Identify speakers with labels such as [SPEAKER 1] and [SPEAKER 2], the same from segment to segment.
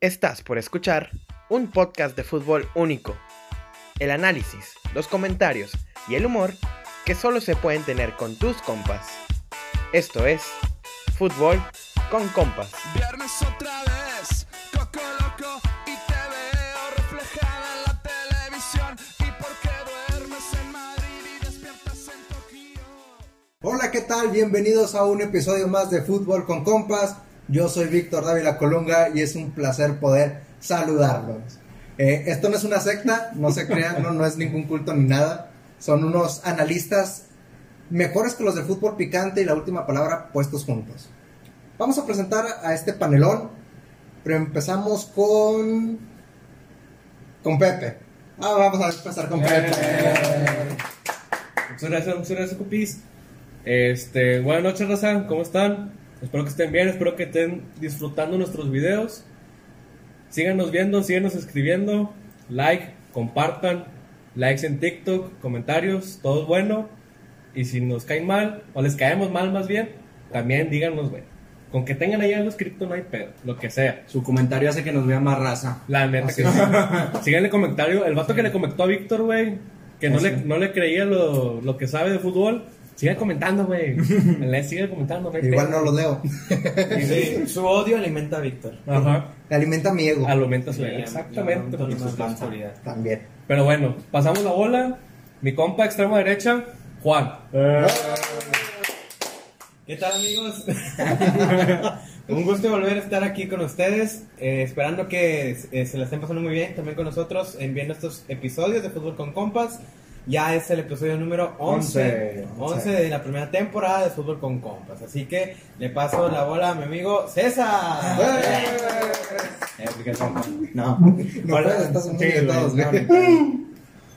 [SPEAKER 1] Estás por escuchar un podcast de fútbol único. El análisis, los comentarios y el humor que solo se pueden tener con tus compas. Esto es Fútbol con Compas.
[SPEAKER 2] Viernes otra vez, coco loco y te veo reflejada en la televisión. ¿Y por qué duermes en Madrid y despiertas en Tokio?
[SPEAKER 3] Hola, ¿qué tal? Bienvenidos a un episodio más de Fútbol con Compas. Yo soy Víctor Dávila Colunga y es un placer poder saludarlos. Eh, esto no es una secta, no se crean, no, no es ningún culto ni nada. Son unos analistas mejores que los de fútbol picante y la última palabra puestos juntos. Vamos a presentar a este panelón, pero empezamos con. con Pepe. Ah, vamos a empezar con Pepe.
[SPEAKER 4] Muchas gracias, muchas gracias, Cupis. Este, buenas noches, Raza, ¿cómo están? Espero que estén bien, espero que estén disfrutando nuestros videos. Síganos viendo, síganos escribiendo, like, compartan, likes en TikTok, comentarios, todo es bueno. Y si nos caen mal, o les caemos mal más bien, también díganos, güey. Con que tengan ahí algo escrito, no hay pedo, lo que sea.
[SPEAKER 5] Su comentario hace que nos vea más raza.
[SPEAKER 4] La neta que sí. Síganle el comentario. El vato que le comentó a Víctor, güey, que no, le, no le creía lo, lo que sabe de fútbol, sigue comentando, güey. Le sigue comentando, no hay
[SPEAKER 3] Igual no
[SPEAKER 4] pedo.
[SPEAKER 3] lo leo.
[SPEAKER 6] Su odio alimenta a Víctor.
[SPEAKER 4] Ajá.
[SPEAKER 3] Alimenta mi ego
[SPEAKER 4] Aumenta su
[SPEAKER 6] Y
[SPEAKER 4] Exactamente. por
[SPEAKER 6] aumenta su
[SPEAKER 4] supuesto.
[SPEAKER 6] responsabilidad.
[SPEAKER 3] también.
[SPEAKER 4] Pero bueno, pasamos la bola. Mi compa extrema derecha, Juan.
[SPEAKER 6] ¿Qué tal amigos? Un gusto volver a estar aquí con ustedes, eh, esperando que eh, se la estén pasando muy bien también con nosotros en viendo estos episodios de Fútbol con Compas. Ya es el episodio número 11, 11, de la primera temporada de Fútbol con Compas. Así que le paso la bola a mi amigo César. Eh, explicación.
[SPEAKER 5] No.
[SPEAKER 3] No
[SPEAKER 6] Hola.
[SPEAKER 3] puedes, estás muy
[SPEAKER 6] Sí, güey,
[SPEAKER 3] irritados,
[SPEAKER 6] no,
[SPEAKER 3] güey.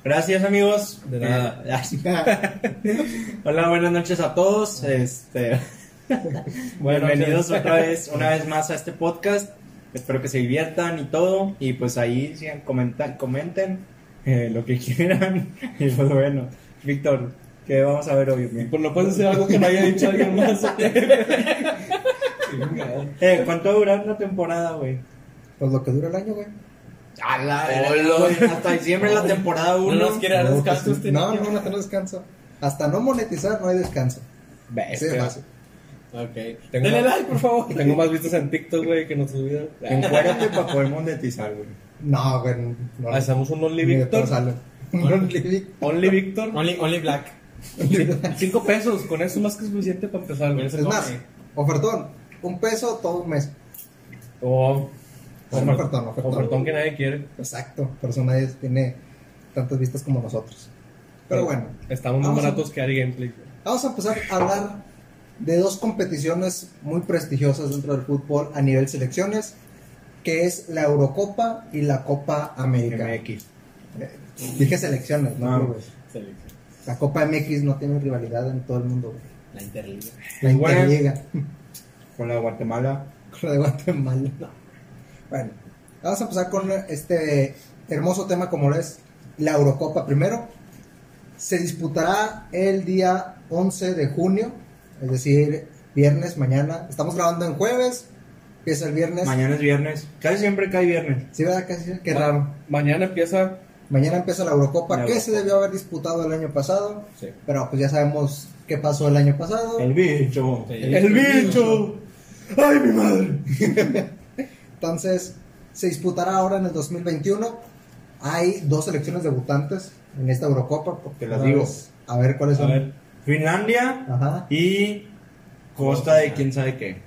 [SPEAKER 5] Gracias amigos.
[SPEAKER 4] De nada.
[SPEAKER 5] Eh, Hola, buenas noches a todos. Este,
[SPEAKER 4] Buenas
[SPEAKER 5] bienvenidos
[SPEAKER 4] noches.
[SPEAKER 5] otra vez, una vez más a este podcast. Espero que se diviertan y todo. Y pues ahí sigan, comentan, comenten eh, lo que quieran. Y pues bueno, Víctor, ¿qué vamos a ver hoy? güey?
[SPEAKER 4] Pues no puedes decir algo que no haya dicho alguien más.
[SPEAKER 5] Eh, ¿Cuánto va a durar la temporada, güey?
[SPEAKER 3] Pues lo que dura el año, güey.
[SPEAKER 5] Hasta diciembre la temporada
[SPEAKER 6] No
[SPEAKER 5] 1.
[SPEAKER 6] nos quiere dar
[SPEAKER 3] No,
[SPEAKER 6] descanso
[SPEAKER 3] pues,
[SPEAKER 6] este
[SPEAKER 3] no,
[SPEAKER 6] niño.
[SPEAKER 3] no, no, no descanso. Hasta no monetizar no hay descanso. Así de fácil.
[SPEAKER 6] Ok.
[SPEAKER 4] Tengo-
[SPEAKER 6] Dale like, por favor.
[SPEAKER 4] Tengo más vistas en TikTok, güey, que nuestros videos.
[SPEAKER 5] Encuérdate para poder monetizar, güey.
[SPEAKER 3] No, güey. No, no.
[SPEAKER 4] Hacemos un Only
[SPEAKER 3] Ni de todo
[SPEAKER 4] Victor.
[SPEAKER 3] sale. Only Vic.
[SPEAKER 4] Only Victor.
[SPEAKER 6] Only, only Black.
[SPEAKER 4] Cinco pesos. Con eso más que suficiente para empezar, güey.
[SPEAKER 3] Es
[SPEAKER 5] eh.
[SPEAKER 3] más, ofertón. Un peso todo un mes.
[SPEAKER 4] O.
[SPEAKER 3] Es un ofertón, ofertón.
[SPEAKER 4] Ofertón que nadie quiere.
[SPEAKER 3] Exacto. Por eso nadie tiene tantas vistas como nosotros. Pero bueno,
[SPEAKER 4] Estamos más
[SPEAKER 3] Vamos a-
[SPEAKER 4] baratos que Ari Gameplay. güey.
[SPEAKER 3] vamos a empezar a hablar de dos competiciones muy prestigiosas dentro del fútbol a nivel selecciones, que es la Eurocopa y la Copa América.
[SPEAKER 5] MX.
[SPEAKER 3] Dije selecciones, ¿no?
[SPEAKER 5] No,
[SPEAKER 3] güey? La Copa MX no tiene rivalidad en todo el mundo, güey.
[SPEAKER 6] La Interliga.
[SPEAKER 3] La
[SPEAKER 5] Bueno.
[SPEAKER 3] Interliga
[SPEAKER 5] Con la de Guatemala.
[SPEAKER 3] con la de Guatemala. Bueno, vamos a empezar con este hermoso tema como lo es la Eurocopa primero. Se disputará el día 11 de junio, es decir, viernes, mañana. Estamos grabando en jueves, empieza el viernes.
[SPEAKER 5] Mañana es viernes. Casi siempre cae viernes.
[SPEAKER 3] Sí, ¿verdad? Casi, qué raro.
[SPEAKER 4] Mañana empieza.
[SPEAKER 3] Mañana empieza la Eurocopa,
[SPEAKER 5] La
[SPEAKER 3] que
[SPEAKER 5] Eurocopa.
[SPEAKER 3] se debió haber disputado el año pasado,
[SPEAKER 4] Sí.
[SPEAKER 3] pero pues ya sabemos qué pasó el año pasado.
[SPEAKER 5] El bicho.
[SPEAKER 6] Sí.
[SPEAKER 4] ¡El bicho!
[SPEAKER 5] ¡Ay, mi madre!
[SPEAKER 3] Entonces, se disputará ahora en el 2021. Hay dos selecciones debutantes en esta Eurocopa. Porque
[SPEAKER 5] Te las
[SPEAKER 3] ahora
[SPEAKER 5] digo.
[SPEAKER 3] ves- A ver cuáles
[SPEAKER 4] A
[SPEAKER 3] son.
[SPEAKER 4] ver.
[SPEAKER 5] Finlandia
[SPEAKER 3] Ajá.
[SPEAKER 5] y Costa de quién sabe qué.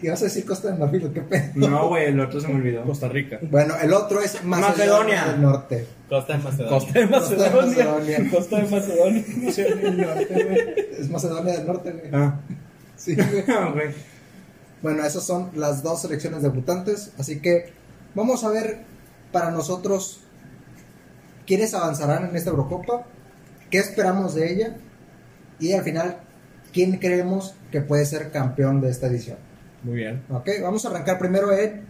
[SPEAKER 3] ¿Ibas a decir Costa de Marfil o qué pedo?
[SPEAKER 5] No, güey, el otro se me olvidó.
[SPEAKER 4] Costa Rica.
[SPEAKER 3] Bueno, el otro es Macedonia,
[SPEAKER 5] Macedonia.
[SPEAKER 3] del Norte.
[SPEAKER 6] Costa de Macedonia.
[SPEAKER 4] Costa de Macedonia.
[SPEAKER 3] Macedonia.
[SPEAKER 4] Costa de Macedonia.
[SPEAKER 3] Es Macedonia del Norte, güey.
[SPEAKER 5] Ah,
[SPEAKER 3] Sí, güey.
[SPEAKER 5] güey.
[SPEAKER 3] Bueno, esas son las dos selecciones debutantes. Así que vamos a ver para nosotros quiénes avanzarán en esta Eurocopa, qué esperamos de ella y al final quién creemos que puede ser campeón de esta edición.
[SPEAKER 4] Muy bien.
[SPEAKER 3] Ok, vamos a arrancar primero en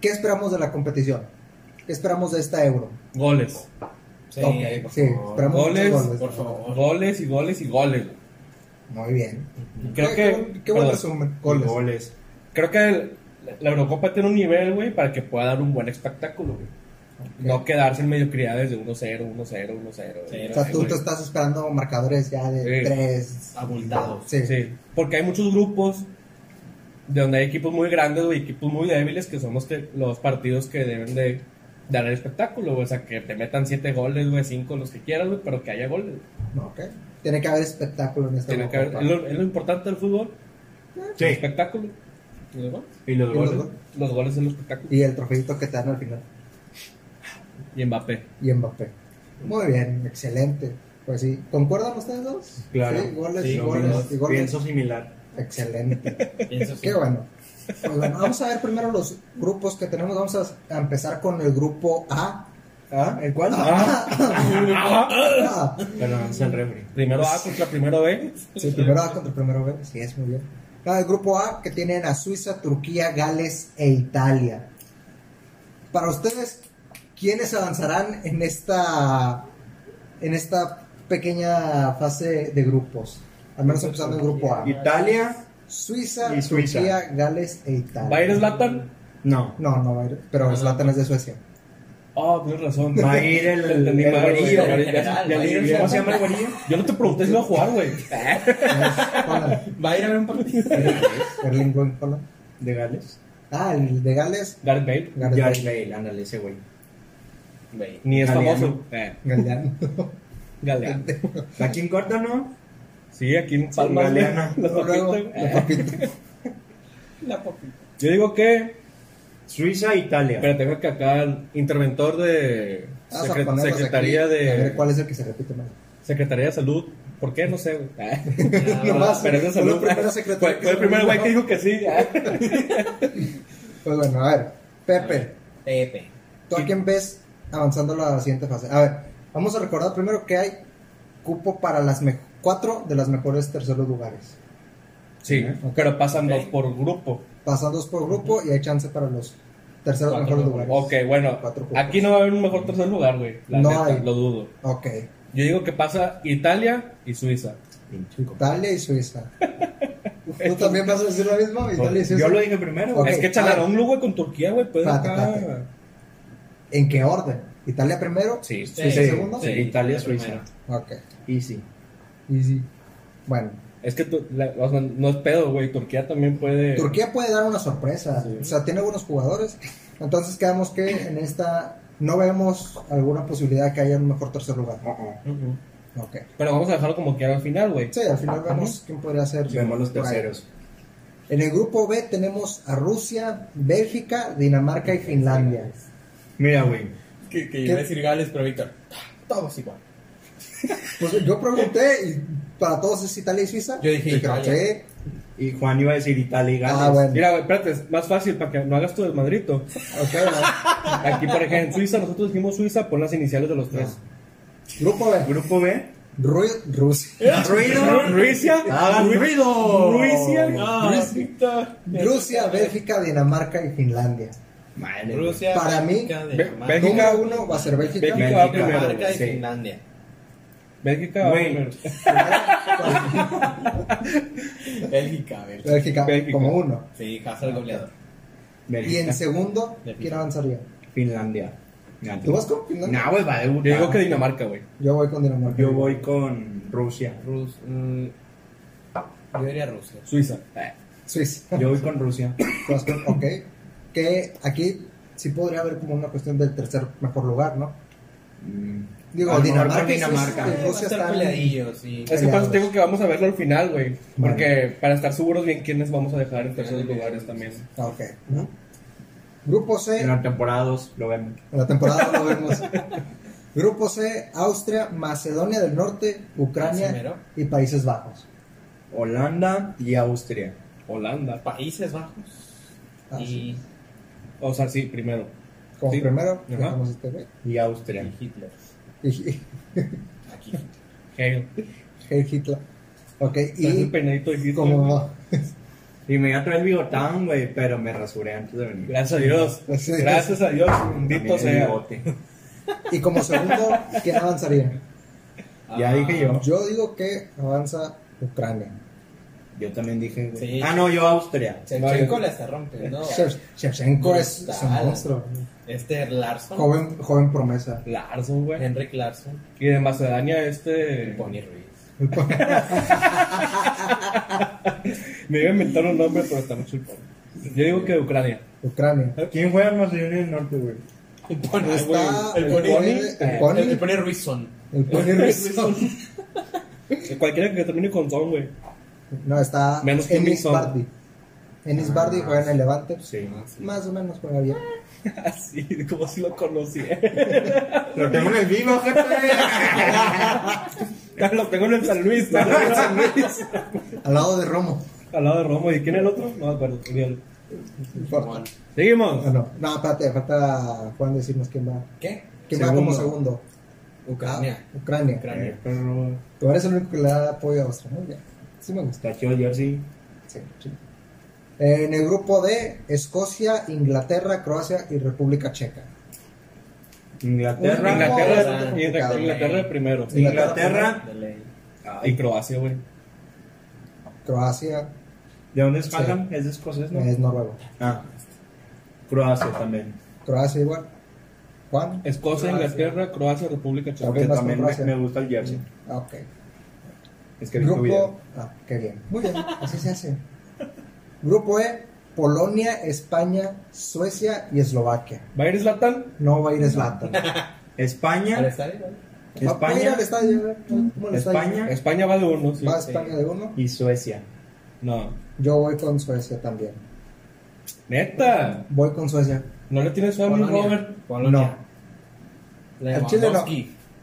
[SPEAKER 3] qué esperamos de la competición, qué esperamos de esta Euro.
[SPEAKER 4] Goles.
[SPEAKER 6] Sí,
[SPEAKER 3] Ok,
[SPEAKER 6] por
[SPEAKER 3] sí,
[SPEAKER 6] favor.
[SPEAKER 3] esperamos
[SPEAKER 4] Goles,
[SPEAKER 3] muchos goles.
[SPEAKER 6] por favor.
[SPEAKER 4] Goles y goles y goles. güey.
[SPEAKER 3] Muy bien.
[SPEAKER 4] Creo
[SPEAKER 3] Qué-
[SPEAKER 4] que.
[SPEAKER 3] qué, buen- qué buen
[SPEAKER 4] perdón.
[SPEAKER 3] resumen.
[SPEAKER 5] Goles.
[SPEAKER 3] Goles.
[SPEAKER 4] Creo que el- la Eurocopa tiene un nivel, güey, para que pueda dar un buen espectáculo, güey. No quedarse en mediocridades de 1-0, 1-0, 1-0.
[SPEAKER 3] O sea, tú
[SPEAKER 4] güey.
[SPEAKER 3] te estás esperando marcadores ya de
[SPEAKER 4] Sí.
[SPEAKER 3] tres.
[SPEAKER 6] Abultados.
[SPEAKER 3] Sí.
[SPEAKER 4] Sí, porque hay muchos grupos de donde hay equipos muy grandes o equipos muy débiles que son los, que- los partidos que deben de dar el espectáculo, güey. o sea, que te metan 7 goles, güey, 5, los que quieras, güey, pero que haya goles. güey.
[SPEAKER 3] No, ok. Tiene que haber espectáculo en esta
[SPEAKER 4] Tiene que haber-
[SPEAKER 3] Eurocopa.
[SPEAKER 4] es, lo, es lo importante del fútbol, el espectáculo. ¿Y los goles?
[SPEAKER 5] Y los
[SPEAKER 3] Y los
[SPEAKER 5] goles.
[SPEAKER 3] goles.
[SPEAKER 4] Los goles es el espectáculo.
[SPEAKER 3] Y el trofeito que te dan al final.
[SPEAKER 4] Y Mbappé.
[SPEAKER 3] Y Mbappé. Muy bien, excelente. Pues sí, ¿concuerdan ustedes dos?
[SPEAKER 5] Claro.
[SPEAKER 3] Sí, goles,
[SPEAKER 5] Sí,
[SPEAKER 3] y goles,
[SPEAKER 5] pienso-
[SPEAKER 3] y goles.
[SPEAKER 5] Pienso similar.
[SPEAKER 3] Excelente.
[SPEAKER 6] Pienso sí.
[SPEAKER 3] Qué bueno. Pues bueno, vamos a ver primero los grupos que tenemos. Vamos a- a empezar con el grupo A. ¿Ah? ¿El cuál? Ah.
[SPEAKER 5] Pero no es el refri.
[SPEAKER 4] Primero A contra primero B.
[SPEAKER 3] Sí, primero A contra primero B. Sí, es muy bien. Ah, el grupo A que tienen a Suiza, Turquía, Gales e Italia. Para ustedes, ¿quiénes avanzarán en esta en esta pequeña fase de grupos? Al menos empezando en grupo A.
[SPEAKER 5] Italia,
[SPEAKER 3] Suiza,
[SPEAKER 5] Y Suiza.
[SPEAKER 3] Turquía, Gales e Italia.
[SPEAKER 4] ¿Va a ir Zlatan?
[SPEAKER 5] no.
[SPEAKER 3] No, no va a ir, pero Zlatan es de Suecia.
[SPEAKER 4] Ah, tienes razón.
[SPEAKER 5] Va a ir el,
[SPEAKER 4] Te entendí
[SPEAKER 5] el
[SPEAKER 4] mal, güey.
[SPEAKER 5] güerillo.
[SPEAKER 4] Ya- ya- ya-
[SPEAKER 6] General, va a ir
[SPEAKER 4] ya-
[SPEAKER 5] ¿Cómo se llama el güerillo?
[SPEAKER 4] Yo no te pregunté si iba a jugar, güey.
[SPEAKER 3] Holland.
[SPEAKER 6] Va a ir a ver un partido.
[SPEAKER 3] Erling Braut Haaland.
[SPEAKER 5] De Gales.
[SPEAKER 3] Ah, el de Gales.
[SPEAKER 4] Gareth Bale.
[SPEAKER 3] Gareth
[SPEAKER 5] Gareth Bale, ándale ese güey.
[SPEAKER 4] Ni es
[SPEAKER 5] Galeano.
[SPEAKER 4] famoso. Eh,
[SPEAKER 3] Galdeano.
[SPEAKER 4] Galeano.
[SPEAKER 5] Aquí en corta, ¿no?
[SPEAKER 4] Sí, aquí en Palmas. güey.
[SPEAKER 5] Galeano.
[SPEAKER 4] Las papitas,
[SPEAKER 3] Luego, eh.
[SPEAKER 4] güey.
[SPEAKER 3] la papita.
[SPEAKER 4] Yo digo que.
[SPEAKER 5] Suiza, Italia.
[SPEAKER 4] Pero tengo que acá el interventor de
[SPEAKER 3] Vamos a
[SPEAKER 4] secre-
[SPEAKER 3] ponerlos
[SPEAKER 4] Secretaría
[SPEAKER 3] aquí, A
[SPEAKER 4] de
[SPEAKER 3] ver cuál es el que se repite más.
[SPEAKER 4] Secretaría de Salud. ¿Por qué? No sé, güey. Eh,
[SPEAKER 3] Nomás,
[SPEAKER 4] Pero es de
[SPEAKER 3] fue la
[SPEAKER 4] salud.
[SPEAKER 3] primera
[SPEAKER 4] Fue,
[SPEAKER 3] secretaria que
[SPEAKER 4] fue el
[SPEAKER 3] se
[SPEAKER 4] primer
[SPEAKER 3] me
[SPEAKER 4] güey
[SPEAKER 3] olvidó.
[SPEAKER 4] que dijo que sí. eh.
[SPEAKER 3] Pues bueno, a ver, Pepe,
[SPEAKER 6] Pepe.
[SPEAKER 3] ¿tú a quién ves avanzando a la siguiente fase? A ver, vamos a recordar primero que hay cupo para las me- cuatro de las mejores terceros lugares.
[SPEAKER 4] Sí, pero pasan
[SPEAKER 6] Ok.
[SPEAKER 4] dos por grupo.
[SPEAKER 3] Pasan dos por grupo y hay chance para los terceros
[SPEAKER 6] Cuatro
[SPEAKER 3] mejores
[SPEAKER 6] mejores.
[SPEAKER 3] lugares.
[SPEAKER 4] Ok, bueno.
[SPEAKER 3] Cuatro grupos.
[SPEAKER 4] Aquí no va a haber un mejor tercer lugar, güey. La
[SPEAKER 3] No
[SPEAKER 4] neta,
[SPEAKER 3] hay.
[SPEAKER 4] lo dudo.
[SPEAKER 3] Ok,
[SPEAKER 4] Yo digo que pasa Italia y Suiza.
[SPEAKER 3] Italia y Suiza. ¿Tú también vas a decir lo mismo? Italia y Suiza.
[SPEAKER 5] Yo lo dije primero.
[SPEAKER 3] Ok.
[SPEAKER 5] güey.
[SPEAKER 4] Es que Chalaronglu, güey, con Turquía, güey, puede
[SPEAKER 3] Espérate,
[SPEAKER 4] acá.
[SPEAKER 3] espérate. ¿En qué orden? ¿Italia primero?
[SPEAKER 4] Sí,
[SPEAKER 3] ¿Suiza
[SPEAKER 6] Sí,
[SPEAKER 3] segundo?
[SPEAKER 4] sí.
[SPEAKER 5] Italia,
[SPEAKER 6] primero.
[SPEAKER 5] Suiza.
[SPEAKER 3] Ok,
[SPEAKER 5] Easy.
[SPEAKER 3] easy. Bueno,
[SPEAKER 4] Es que tu- la- o sea, no es pedo, güey. Turquía también puede.
[SPEAKER 3] Turquía puede dar una sorpresa, o sea, tiene buenos jugadores. Entonces quedamos que en esta no vemos alguna posibilidad que haya un mejor tercer lugar.
[SPEAKER 4] Ujú.
[SPEAKER 3] Ok.
[SPEAKER 4] Pero vamos a dejarlo como quiera al final, güey.
[SPEAKER 3] Sí, al final vemos quién podría ser.
[SPEAKER 5] Vemos los
[SPEAKER 3] por ahí.
[SPEAKER 5] terceros.
[SPEAKER 3] En el grupo B tenemos a Rusia, Bélgica, Dinamarca y Finlandia.
[SPEAKER 5] Mira, güey.
[SPEAKER 6] Que, que iba a decir Gales, pero Víctor. ah, Todos igual.
[SPEAKER 3] Pues yo pregunté y para todos es Italia y Suiza.
[SPEAKER 6] Yo dije
[SPEAKER 3] Dijeron,
[SPEAKER 6] Italia.
[SPEAKER 3] sí.
[SPEAKER 5] Y Juan iba a decir Italia y Gales.
[SPEAKER 3] Ah, bueno.
[SPEAKER 4] Mira, güey, espérate, es más fácil para que no hagas tu desmadrito.
[SPEAKER 3] Ok, bueno.
[SPEAKER 4] Aquí, por ejemplo, en Suiza, nosotros dijimos Suiza, pon las iniciales de los tres.
[SPEAKER 3] Grupo B.
[SPEAKER 5] Grupo B.
[SPEAKER 3] Ru- Rusia.
[SPEAKER 5] Ruido.
[SPEAKER 4] Ruicia.
[SPEAKER 5] Hagan
[SPEAKER 4] Ru-
[SPEAKER 5] ruido.
[SPEAKER 4] Ruicia.
[SPEAKER 6] Ah,
[SPEAKER 3] Rusia, Bélgica, Dinamarca y Finlandia.
[SPEAKER 5] Madre, güey.
[SPEAKER 6] Rusia,
[SPEAKER 3] Para mí,
[SPEAKER 6] Bélgica,
[SPEAKER 4] Be-
[SPEAKER 6] Dinamarca,
[SPEAKER 4] Bélgica,
[SPEAKER 3] Número uno va a ser
[SPEAKER 4] Bélgica va
[SPEAKER 5] Bélgica.
[SPEAKER 4] primero.
[SPEAKER 6] Dinamarca y
[SPEAKER 5] sí.
[SPEAKER 6] Finlandia.
[SPEAKER 4] Bélgica va
[SPEAKER 5] Güey.
[SPEAKER 4] primero.
[SPEAKER 6] Bélgica, Bélgica.
[SPEAKER 3] Bélgica,
[SPEAKER 4] Bélgica.
[SPEAKER 3] como uno.
[SPEAKER 6] Sí, Hazard
[SPEAKER 5] Ah,
[SPEAKER 6] goleador.
[SPEAKER 3] Y en
[SPEAKER 5] Bélgica.
[SPEAKER 3] segundo,
[SPEAKER 6] Bélgica.
[SPEAKER 3] ¿quién avanzaría?
[SPEAKER 5] Finlandia. Nah,
[SPEAKER 3] ¿Tú vas con Finlandia?
[SPEAKER 5] Nah, güey, va de
[SPEAKER 4] Yo digo que Dinamarca, güey.
[SPEAKER 3] Yo voy con Dinamarca.
[SPEAKER 5] Yo voy con Rusia.
[SPEAKER 6] Rus, mm, yo diría Rusia.
[SPEAKER 4] Suiza.
[SPEAKER 3] Suiza.
[SPEAKER 5] Yo voy con Rusia.
[SPEAKER 3] Tú vas con- ok. Que aquí sí podría haber como una cuestión del tercer mejor lugar, ¿no?
[SPEAKER 5] Mm.
[SPEAKER 3] Digo,
[SPEAKER 5] A lo mejor
[SPEAKER 3] Dinamarca.
[SPEAKER 5] con Dinamarca.
[SPEAKER 3] y Suiza, y
[SPEAKER 6] Va a
[SPEAKER 3] Rusia
[SPEAKER 6] estar
[SPEAKER 3] están-
[SPEAKER 6] peleadillo, sí.
[SPEAKER 4] Es que por eso te digo que vamos a verlo al final, güey.
[SPEAKER 3] Vale.
[SPEAKER 4] Porque para estar seguros bien quiénes vamos a dejar en terceros lugares también.
[SPEAKER 3] Ah, Ok. ¿no? Grupo C,
[SPEAKER 5] En la temporada 2 lo vemos.
[SPEAKER 3] en la temporada lo vemos. Grupo C, Austria, Macedonia del Norte, Ucrania
[SPEAKER 6] Primero.
[SPEAKER 3] y Países Bajos.
[SPEAKER 5] Holanda y Austria.
[SPEAKER 4] Holanda.
[SPEAKER 6] Países Bajos.
[SPEAKER 3] Ah,
[SPEAKER 6] y,
[SPEAKER 4] O sea, sí, primero.
[SPEAKER 3] Como
[SPEAKER 4] sí.
[SPEAKER 3] primero,
[SPEAKER 4] Ajá.
[SPEAKER 3] dejamos este güey.
[SPEAKER 5] Y Austria.
[SPEAKER 6] y Hitler.
[SPEAKER 3] Y,
[SPEAKER 6] Aquí.
[SPEAKER 4] Hegel.
[SPEAKER 3] Hitler. Ok,
[SPEAKER 4] Es el
[SPEAKER 3] y
[SPEAKER 4] peinadito de Hitler.
[SPEAKER 3] como
[SPEAKER 5] Y me iba a traer el bigotán, güey, pero me rasuré antes de venir.
[SPEAKER 4] Gracias a Dios.
[SPEAKER 3] Sí.
[SPEAKER 4] Gracias a Dios. Bendito
[SPEAKER 5] También el
[SPEAKER 4] sea.
[SPEAKER 5] bigote.
[SPEAKER 3] Y como segundo, ¿quién avanzaría?
[SPEAKER 6] Ah,
[SPEAKER 5] Ya dije yo.
[SPEAKER 3] Yo digo que avanza Ucrania.
[SPEAKER 5] Yo también dije. güey.
[SPEAKER 6] Sí.
[SPEAKER 5] Ah, no, yo Austria.
[SPEAKER 6] Shevchenko la está rompiendo.
[SPEAKER 3] Shev- Shevchenko es, es un
[SPEAKER 6] Brutal.
[SPEAKER 3] monstruo.
[SPEAKER 6] Este Larson.
[SPEAKER 3] Joven, joven promesa.
[SPEAKER 4] Larson, güey.
[SPEAKER 6] Henrik Larson.
[SPEAKER 4] Y de Macedonia, este.
[SPEAKER 6] Bonnie Ruiz.
[SPEAKER 4] Me iba a inventar un nombre, pero está mucho el pony. Yo digo que de Ucrania.
[SPEAKER 3] Ucrania.
[SPEAKER 5] ¿Quién juega en Macedonia del Norte, güey?
[SPEAKER 6] Bonnie-
[SPEAKER 3] Está
[SPEAKER 4] el
[SPEAKER 3] el
[SPEAKER 4] Pony,
[SPEAKER 3] Pony, el Pony,
[SPEAKER 6] El, el Bonnie Ruizson.
[SPEAKER 3] el Pony Rizzo.
[SPEAKER 4] Cualquiera que termine con Son, güey.
[SPEAKER 3] No, está
[SPEAKER 4] Menos que
[SPEAKER 3] Ennis
[SPEAKER 4] Mixon.
[SPEAKER 3] Bardi. Ennis Bardi juega en el Levante.
[SPEAKER 5] Sí.
[SPEAKER 3] Más o menos juega bien.
[SPEAKER 4] Así, como si lo conociera.
[SPEAKER 5] Lo tengo en el vivo, jefe.
[SPEAKER 4] lo tengo en el San Luis, ¿no?
[SPEAKER 3] Al lado de Romo.
[SPEAKER 4] Al lado de Romo. ¿Y quién es el otro? No me acuerdo. Bien.
[SPEAKER 3] No importa. Ah,
[SPEAKER 4] Seguimos.
[SPEAKER 3] no. no, espérate, falta Juan decirnos quién va.
[SPEAKER 6] ¿Qué?
[SPEAKER 3] ¿Quién va como segundo?
[SPEAKER 5] Segundo.
[SPEAKER 6] Ucrania.
[SPEAKER 3] Ah, Ucrania.
[SPEAKER 6] Ucrania.
[SPEAKER 5] Pero
[SPEAKER 3] Tú eres el único que le da apoyo a Austria, ¿no? Ya. Sí me gusta.
[SPEAKER 5] está chido el jersey.
[SPEAKER 3] Sí, sí. En el grupo D, Escocia, Inglaterra, Croacia y República Checa.
[SPEAKER 5] Inglaterra.
[SPEAKER 4] Inglaterra,
[SPEAKER 3] Ah,
[SPEAKER 4] Inglaterra, Inglaterra primero.
[SPEAKER 5] Inglaterra.
[SPEAKER 6] De ley.
[SPEAKER 4] Ah, Y Croacia, güey.
[SPEAKER 3] Croacia
[SPEAKER 5] ¿De dónde es Haaland? Es de escocés, ¿no?
[SPEAKER 3] es Noruega.
[SPEAKER 5] Ah. Croacia también.
[SPEAKER 3] Croacia igual. Juan.
[SPEAKER 4] Escocia, Inglaterra, Croacia, República Checa.
[SPEAKER 3] Ok.
[SPEAKER 5] Porque
[SPEAKER 3] vas con
[SPEAKER 5] también me,
[SPEAKER 3] Croacia.
[SPEAKER 5] me gusta el jersey.
[SPEAKER 3] Ah, ok.
[SPEAKER 5] Es que vi tu video.
[SPEAKER 3] Grupo. Ah, qué bien. Muy bien, así se hace. Grupo E, Polonia, España, Suecia y Eslovaquia.
[SPEAKER 4] ¿Va a ir Zlatan?
[SPEAKER 3] No va a ir Zlatan.
[SPEAKER 6] Al
[SPEAKER 5] España.
[SPEAKER 6] estadio, ¿no?
[SPEAKER 3] Va a ir
[SPEAKER 5] España.
[SPEAKER 3] al estadio. ¿eh? ¿Cómo le está yendo?
[SPEAKER 5] España.
[SPEAKER 4] España va de uno, sí.
[SPEAKER 3] Va a España de uno.
[SPEAKER 5] Y Suecia.
[SPEAKER 4] No.
[SPEAKER 3] Yo voy con Suecia también.
[SPEAKER 4] Neta.
[SPEAKER 3] Voy con Suecia.
[SPEAKER 4] ¿No le tienes fe a mi Robert?
[SPEAKER 6] Polonia. No.
[SPEAKER 3] Al Chile no.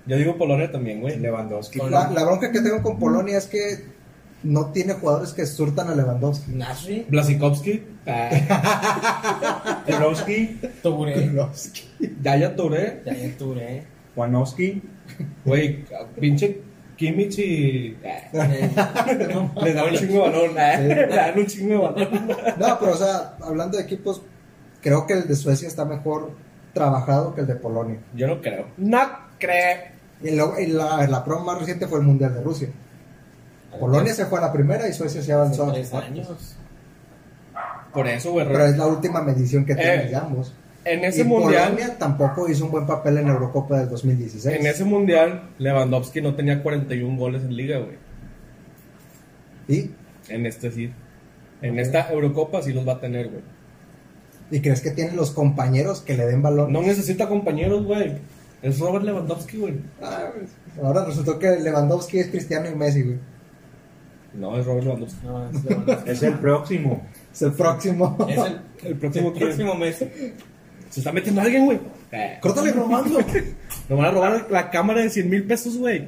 [SPEAKER 4] Yo digo Polonia también, güey.
[SPEAKER 5] Lewandowski.
[SPEAKER 3] La, la bronca que tengo con Polonia es que no tiene jugadores que surtan a Lewandowski.
[SPEAKER 6] Nasri.
[SPEAKER 4] Blasikowski.
[SPEAKER 3] Ah.
[SPEAKER 5] Lewandowski.
[SPEAKER 6] Touré.
[SPEAKER 4] Yaya Touré.
[SPEAKER 6] Yaya Touré.
[SPEAKER 5] Wanowski.
[SPEAKER 4] Güey, pinche Kimmich y... eh, Le
[SPEAKER 6] Eh,
[SPEAKER 4] dan un chingo de valor.
[SPEAKER 3] ¿eh?
[SPEAKER 4] Le dan un chingo de valor.
[SPEAKER 3] No, pero o sea, hablando de equipos, creo que el de Suecia está mejor trabajado que el de Polonia.
[SPEAKER 4] Yo no creo. No creo.
[SPEAKER 3] Y, luego- y la, la prueba más reciente fue el Mundial de Rusia. Polonia se fue a la primera y Suecia se avanzó a los
[SPEAKER 6] Tres
[SPEAKER 3] cuartos.
[SPEAKER 6] años.
[SPEAKER 4] Por eso, güey.
[SPEAKER 3] Pero es la última medición que tienen
[SPEAKER 4] Eh,
[SPEAKER 3] de ambos.
[SPEAKER 4] En
[SPEAKER 3] Y
[SPEAKER 4] ese mundial...
[SPEAKER 3] Polonia tampoco hizo un buen papel en la Eurocopa del 2016.
[SPEAKER 4] En ese mundial, Lewandowski no tenía 41 goles en liga, güey.
[SPEAKER 3] ¿Y?
[SPEAKER 4] En este sí. En esta Eurocopa sí los va a tener, güey.
[SPEAKER 3] ¿Y crees que tienen los compañeros que le den balón?
[SPEAKER 4] No necesita compañeros, güey. Es Robert Lewandowski, güey.
[SPEAKER 3] Ah, ahora resultó que Lewandowski es Cristiano y Messi, güey.
[SPEAKER 4] No, es Robert Lewandowski.
[SPEAKER 6] No, es Lewandowski.
[SPEAKER 5] Es el próximo.
[SPEAKER 3] Es el próximo.
[SPEAKER 6] Es el,
[SPEAKER 4] El próximo que
[SPEAKER 6] próximo mes.
[SPEAKER 4] se está metiendo alguien, güey. Eh,
[SPEAKER 3] Córtale Romando.
[SPEAKER 4] Nos van a robar la cámara de 100 mil pesos, güey.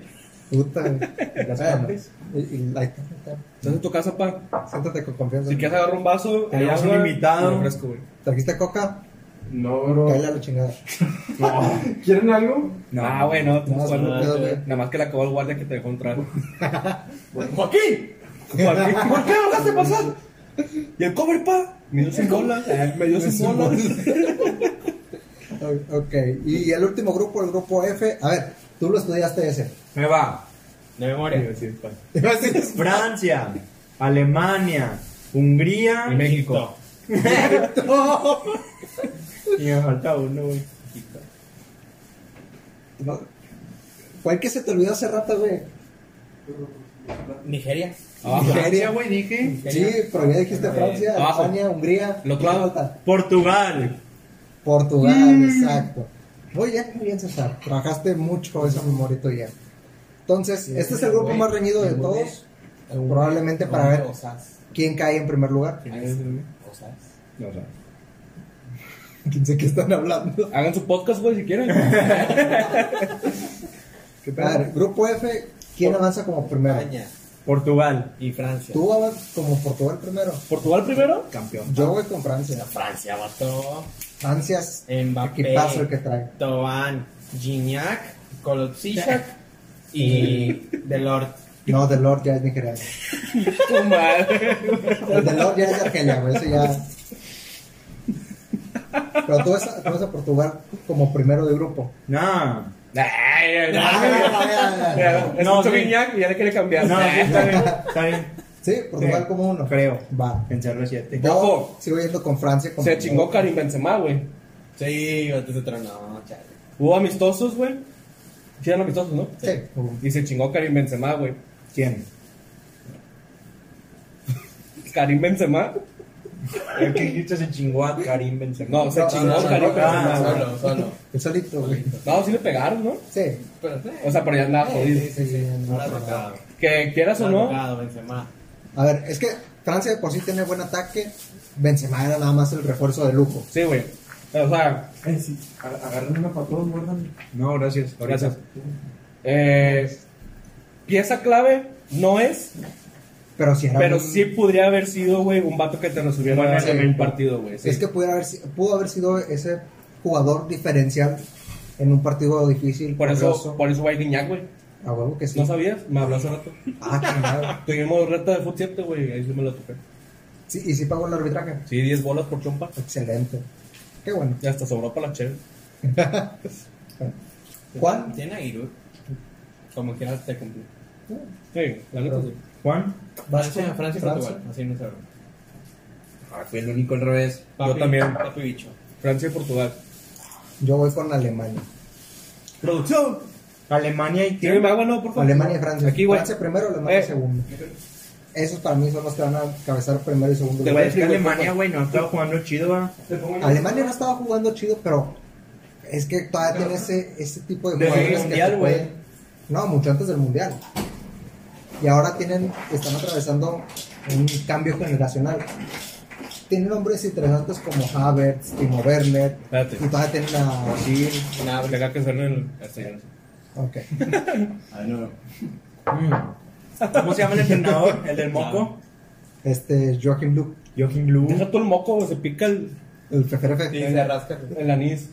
[SPEAKER 3] Puta. güey.
[SPEAKER 5] Las
[SPEAKER 3] Bueno,
[SPEAKER 5] partes.
[SPEAKER 3] y- y- ahí está, ahí está.
[SPEAKER 4] Estás en tu casa, pa.
[SPEAKER 3] Siéntate con confianza.
[SPEAKER 4] Si quieres agarrar un vaso, hay
[SPEAKER 5] Tenemos un
[SPEAKER 4] agua,
[SPEAKER 5] invitado.
[SPEAKER 4] y refresco, güey.
[SPEAKER 3] ¿Trajiste coca?
[SPEAKER 7] No, bro.
[SPEAKER 3] Cállala la chingada.
[SPEAKER 7] ¿Quieren algo?
[SPEAKER 5] No.
[SPEAKER 4] ah, güey, no. estamos
[SPEAKER 3] No,
[SPEAKER 4] jugando.
[SPEAKER 3] no, no, no.
[SPEAKER 4] Nada más que le acabó el guardia que te dejó entrar. ¿Por
[SPEAKER 6] Joaquín.
[SPEAKER 4] qué no dejaste pasar? ¿Y el cover, pa? Me dio sin bola. Eh, Me dio sin bola.
[SPEAKER 3] O- Ok. Y el último grupo, el grupo F. A ver, tú lo estudiaste ese.
[SPEAKER 5] Me va.
[SPEAKER 6] De memoria.
[SPEAKER 5] pues. Francia. Alemania. Hungría.
[SPEAKER 4] Y México.
[SPEAKER 5] Y me falta uno, güey.
[SPEAKER 3] No. ¿Cuál que se te olvidó hace rato, güey?
[SPEAKER 6] Nigeria.
[SPEAKER 4] Ah,
[SPEAKER 5] Francia, güey, dije.
[SPEAKER 3] Sí, pero ya dijiste Francia,
[SPEAKER 4] Abajo.
[SPEAKER 3] España, Hungría.
[SPEAKER 4] Lo clavo.
[SPEAKER 3] ¿Qué falta?
[SPEAKER 5] Portugal.
[SPEAKER 3] Portugal, exacto. Muy bien, muy bien, César. Trabajaste mucho ese memorito ya. Entonces, este es el grupo más reñido de todos. Probablemente para ver
[SPEAKER 6] Osas.
[SPEAKER 3] quién cae en primer lugar.
[SPEAKER 6] Osas.
[SPEAKER 5] No, o sea,
[SPEAKER 3] Quién sé qué están hablando.
[SPEAKER 4] Hagan su podcast, güey, si quieren.
[SPEAKER 3] A ver, grupo F, ¿quién avanza como primero?
[SPEAKER 6] España
[SPEAKER 5] Portugal.
[SPEAKER 6] y Francia.
[SPEAKER 3] Tú avanzas como Portugal primero.
[SPEAKER 4] ¿Portugal primero?
[SPEAKER 5] Campeón.
[SPEAKER 3] Yo voy con Francia.
[SPEAKER 6] Francia, vato.
[SPEAKER 3] Francia es
[SPEAKER 6] Mbappé.
[SPEAKER 3] equipazo el que trae.
[SPEAKER 6] Toban, Gignac, Kolotzichak y Delort.
[SPEAKER 3] No, The Lord ya es nigeriano.
[SPEAKER 4] Tu madre.
[SPEAKER 3] El The Lord ya es de Argelia, güey. Eso ya. Pero tú vas, a, tú vas a Portugal como primero de grupo.
[SPEAKER 5] No.
[SPEAKER 4] Ay, ay, ay.
[SPEAKER 3] Ah, ya, ya, ya.
[SPEAKER 4] Es
[SPEAKER 5] No,
[SPEAKER 4] mucho
[SPEAKER 5] sí.
[SPEAKER 4] Guiñac y ya le quiere cambiar.
[SPEAKER 5] No, sí,
[SPEAKER 4] Eh.
[SPEAKER 5] está bien. Está bien.
[SPEAKER 3] Sí, Portugal
[SPEAKER 5] Sí.
[SPEAKER 3] como uno.
[SPEAKER 5] Creo.
[SPEAKER 3] Va.
[SPEAKER 5] Pensar los siete.
[SPEAKER 3] Yo
[SPEAKER 4] Ojo.
[SPEAKER 3] sigo yendo con Francia. Con
[SPEAKER 4] Se chingó Karim Benzema, güey.
[SPEAKER 6] Sí, antes de tronó, chale.
[SPEAKER 4] Hubo amistosos, güey. Sí, eran amistosos, ¿no?
[SPEAKER 3] Sí.
[SPEAKER 4] Y se chingó Karim Benzema, güey.
[SPEAKER 5] ¿Quién?
[SPEAKER 4] Karim Benzema.
[SPEAKER 5] El que dijiste se chingó a Karim Benzema.
[SPEAKER 4] No, se
[SPEAKER 3] No,
[SPEAKER 4] chingó
[SPEAKER 3] no, no,
[SPEAKER 4] Karim
[SPEAKER 3] no,
[SPEAKER 4] Benzema,
[SPEAKER 5] no,
[SPEAKER 4] güey.
[SPEAKER 6] Solo, solo.
[SPEAKER 3] El solito, güey.
[SPEAKER 4] No, sí le pegaron, ¿no?
[SPEAKER 3] Sí.
[SPEAKER 6] Pero,
[SPEAKER 4] O sea, pero ya andaba jodido.
[SPEAKER 6] sí, sí, sí. No la ha
[SPEAKER 3] no,
[SPEAKER 6] tocado.
[SPEAKER 4] Que quieras o
[SPEAKER 6] No la ha
[SPEAKER 4] no,
[SPEAKER 6] tocado, Benzema.
[SPEAKER 3] A ver, es que Francia de por sí tiene buen ataque. Benzema era nada más el refuerzo de lujo.
[SPEAKER 4] sí, güey. O sea,
[SPEAKER 7] Eh, sí. A- Agarren una para todos, muerdan.
[SPEAKER 5] No, gracias. ahorita.
[SPEAKER 4] gracias. Eh, pieza clave no es,
[SPEAKER 3] Pero si era
[SPEAKER 4] pero
[SPEAKER 3] un-
[SPEAKER 4] sí podría haber sido, güey, un vato que te resolviera
[SPEAKER 3] Sí.
[SPEAKER 4] en el partido, güey. sí.
[SPEAKER 3] Es que pudiera haber, si- pudo haber sido ese jugador diferencial en un partido difícil.
[SPEAKER 4] por eso,
[SPEAKER 3] curioso.
[SPEAKER 4] por eso va Guiñac, güey.
[SPEAKER 3] A huevo que sí.
[SPEAKER 4] ¿No sabías? Me habló hace rato.
[SPEAKER 3] Ah, chingado.
[SPEAKER 4] Tuvimos reta de fut 7, güey, ahí sí me lo toqué.
[SPEAKER 3] Sí, y sí pagó el arbitraje.
[SPEAKER 4] Sí, 10 bolas por chompa.
[SPEAKER 3] Excelente. Qué bueno.
[SPEAKER 4] Y hasta sobró para la cheve.
[SPEAKER 3] Juan,
[SPEAKER 6] Tiene a Giroud. Como quieras te cumplí.
[SPEAKER 4] Sí, la neta sí.
[SPEAKER 5] Juan.
[SPEAKER 3] vas
[SPEAKER 6] Francia,
[SPEAKER 3] con
[SPEAKER 6] Francia y Portugal. Así no se habla.
[SPEAKER 5] Ah, fue el único al revés.
[SPEAKER 6] Papi-
[SPEAKER 4] también.
[SPEAKER 6] Papi bicho.
[SPEAKER 4] Francia y Portugal.
[SPEAKER 3] Yo voy con Alemania.
[SPEAKER 4] ¡Producción!
[SPEAKER 5] Alemania y
[SPEAKER 4] ¿Tiene
[SPEAKER 5] quién?
[SPEAKER 4] mi agua, no, por favor?
[SPEAKER 3] Alemania y Francia.
[SPEAKER 4] Aquí, güey.
[SPEAKER 3] Francia primero, Alemania
[SPEAKER 4] Eh.
[SPEAKER 3] segundo. Esos para mí son los que van a cabezar primero y segundo.
[SPEAKER 4] Te
[SPEAKER 3] lugar.
[SPEAKER 5] Es que Alemania, güey, no ha estado jugando chido, va.
[SPEAKER 3] Alemania no estaba jugando chido, pero es que todavía tiene ese, ese tipo de
[SPEAKER 5] Desde el
[SPEAKER 3] jugadores que
[SPEAKER 5] Mundial,
[SPEAKER 3] te
[SPEAKER 5] güey.
[SPEAKER 3] pueden- No, mucho antes del mundial. Y ahora tienen, están atravesando un cambio generacional. Tienen hombres interesantes como Havertz, Timo Werner,
[SPEAKER 4] Espérate.
[SPEAKER 3] y todavía tienen a
[SPEAKER 4] Sí, nada, que acá que suena el castellano.
[SPEAKER 3] Ok. Mm.
[SPEAKER 5] ¿Cómo se llama el entrenador? ¿El del moco?
[SPEAKER 3] Este Joachim Luke,
[SPEAKER 5] Joachim Löw.
[SPEAKER 4] Deja todo el moco, güey, se pica el,
[SPEAKER 3] el FFRF.
[SPEAKER 6] Sí, se rasca.
[SPEAKER 4] el anís.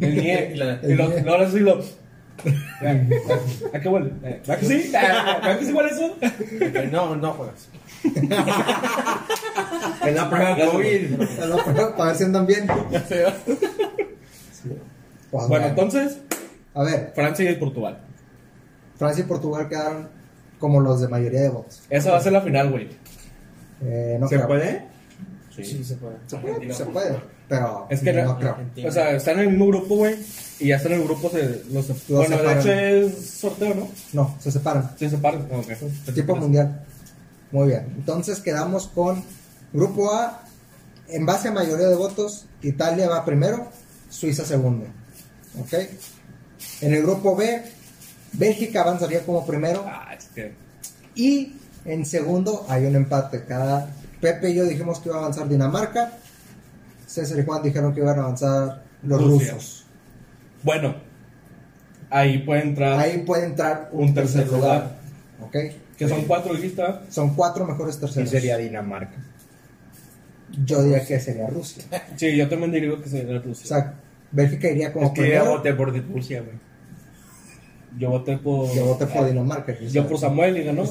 [SPEAKER 4] El nie.
[SPEAKER 6] Y la-
[SPEAKER 4] y lo,
[SPEAKER 3] el nie.
[SPEAKER 4] lo- ahora sí lo. ¿A qué huele? Eh, ¿A que sí? ¿A que sí huele eso?
[SPEAKER 6] No, no juegas.
[SPEAKER 5] Es la prueba
[SPEAKER 4] Gracias,
[SPEAKER 5] COVID.
[SPEAKER 3] Para ver si andan bien. Sí. Pues,
[SPEAKER 4] Bueno,
[SPEAKER 3] bueno.
[SPEAKER 4] entonces,
[SPEAKER 3] A ver,
[SPEAKER 4] Francia y Portugal.
[SPEAKER 3] Francia y Portugal quedaron como los de mayoría de votos.
[SPEAKER 4] Esa va a ser la final, güey.
[SPEAKER 3] Eh, no
[SPEAKER 5] ¿Se
[SPEAKER 3] creo.
[SPEAKER 5] puede?
[SPEAKER 3] Sí, se puede. Se puede, se puede, pero
[SPEAKER 4] Es que
[SPEAKER 3] no,
[SPEAKER 4] no-
[SPEAKER 3] creo.
[SPEAKER 6] Argentina.
[SPEAKER 4] O sea, están en el mismo grupo, güey. Y ya están en el grupo, se, los, bueno, de
[SPEAKER 3] separan.
[SPEAKER 4] hecho es sorteo, ¿no?
[SPEAKER 3] No, se separan.
[SPEAKER 4] Se separan. Ok. Se
[SPEAKER 3] Tipo
[SPEAKER 4] separan.
[SPEAKER 3] mundial. Muy bien. Entonces quedamos con Grupo A. En base a mayoría de votos, Italia va primero, Suiza segundo. ¿Ok? En el grupo B, Bélgica avanzaría como primero.
[SPEAKER 4] Ah, es que.
[SPEAKER 3] Y en segundo hay un empate. Cada Pepe y yo dijimos que iba a avanzar Dinamarca. César y Juan dijeron que iban a avanzar los
[SPEAKER 4] Rusia.
[SPEAKER 3] rusos.
[SPEAKER 4] Bueno, ahí puede entrar.
[SPEAKER 3] Ahí puede entrar un,
[SPEAKER 4] Un
[SPEAKER 3] tercer,
[SPEAKER 4] tercer
[SPEAKER 3] lugar. ¿Ok?
[SPEAKER 4] Que son cuatro listas.
[SPEAKER 3] Son cuatro mejores terceros.
[SPEAKER 5] Dinamarca.
[SPEAKER 3] Yo diría que sería Rusia.
[SPEAKER 4] Sí, yo también diría que sería
[SPEAKER 3] O
[SPEAKER 4] Rusia.
[SPEAKER 3] sea, Bélgica iría como
[SPEAKER 5] Es que ya
[SPEAKER 3] primero.
[SPEAKER 5] voté por Rusia, güey.
[SPEAKER 4] Yo voté por.
[SPEAKER 3] Yo voté por Dinamarca. o sea.
[SPEAKER 4] Yo por Samuel y ganó.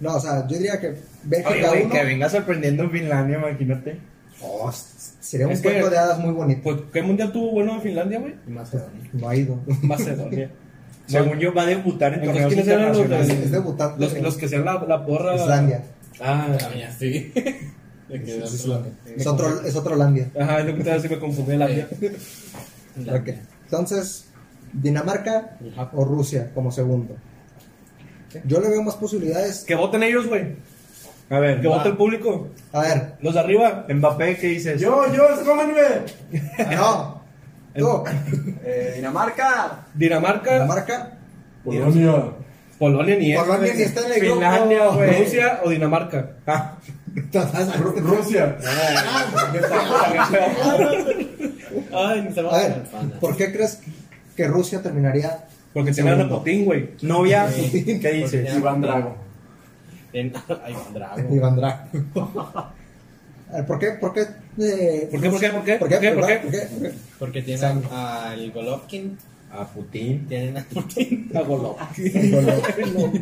[SPEAKER 3] No, o sea, yo diría que
[SPEAKER 5] Oye,
[SPEAKER 3] Bélgica
[SPEAKER 5] güey,
[SPEAKER 3] uno.
[SPEAKER 5] que venga sorprendiendo Finlandia, imagínate.
[SPEAKER 3] Oh, s- sería
[SPEAKER 4] Es
[SPEAKER 3] un
[SPEAKER 4] que-
[SPEAKER 3] cuento de hadas muy bonito.
[SPEAKER 4] Pues, ¿Qué mundial tuvo bueno en Finlandia, güey?
[SPEAKER 3] No ha ido.
[SPEAKER 4] pues, Macedonia.
[SPEAKER 5] Según yo, va a debutar en
[SPEAKER 4] Entonces,
[SPEAKER 5] torneos
[SPEAKER 4] ¿quiénes eran los
[SPEAKER 3] Es,
[SPEAKER 5] internacionales.
[SPEAKER 3] es debutante.
[SPEAKER 4] Los, los que sean la, la porra.
[SPEAKER 3] Islandia.
[SPEAKER 4] Ah,
[SPEAKER 6] También sí. De que
[SPEAKER 3] Es,
[SPEAKER 6] de
[SPEAKER 3] Islandia.
[SPEAKER 6] otro-
[SPEAKER 3] Es otro, es otro Landia.
[SPEAKER 4] ajá, es lo que te iba a decir, me confundí el año.
[SPEAKER 3] Ok. Entonces, Dinamarca o Rusia como segundo. Yo le veo más posibilidades.
[SPEAKER 4] Que voten ellos, güey.
[SPEAKER 5] A ver,
[SPEAKER 4] Que vote el público.
[SPEAKER 3] A ver,
[SPEAKER 4] Los de arriba.
[SPEAKER 5] Mbappé, ¿qué dices?
[SPEAKER 7] Yo, yo, escómanme.
[SPEAKER 3] no. Tú,
[SPEAKER 7] Eh, Dinamarca.
[SPEAKER 4] Dinamarca,
[SPEAKER 3] Dinamarca,
[SPEAKER 7] Polonia.
[SPEAKER 4] Polonia ni es,
[SPEAKER 3] Polonia
[SPEAKER 4] güey.
[SPEAKER 3] ni está en el grupo.
[SPEAKER 5] Finlandia, güey.
[SPEAKER 4] Rusia o Dinamarca.
[SPEAKER 5] Ah,
[SPEAKER 7] Ru- Rusia.
[SPEAKER 6] Ay, ni se va
[SPEAKER 3] A ver, ¿por qué crees que Rusia terminaría?
[SPEAKER 4] Porque se van a
[SPEAKER 3] Segundo.
[SPEAKER 4] Putin, güey.
[SPEAKER 5] novia,
[SPEAKER 6] Sí.
[SPEAKER 5] ¿qué dices?
[SPEAKER 7] Iván Drago.
[SPEAKER 6] En- Ay, Iván Drago.
[SPEAKER 3] Iván Drago. A ver, ¿Por qué? ¿Por qué? eh,
[SPEAKER 4] ¿Por qué, por qué, por qué?
[SPEAKER 3] ¿Por qué?
[SPEAKER 4] ¿Por qué?
[SPEAKER 3] ¿Por qué? ¿Por qué?
[SPEAKER 6] Porque tienen
[SPEAKER 3] Exacto.
[SPEAKER 6] al Golovkin,
[SPEAKER 5] A Putin.
[SPEAKER 6] tienen a Putin.
[SPEAKER 4] A Golo.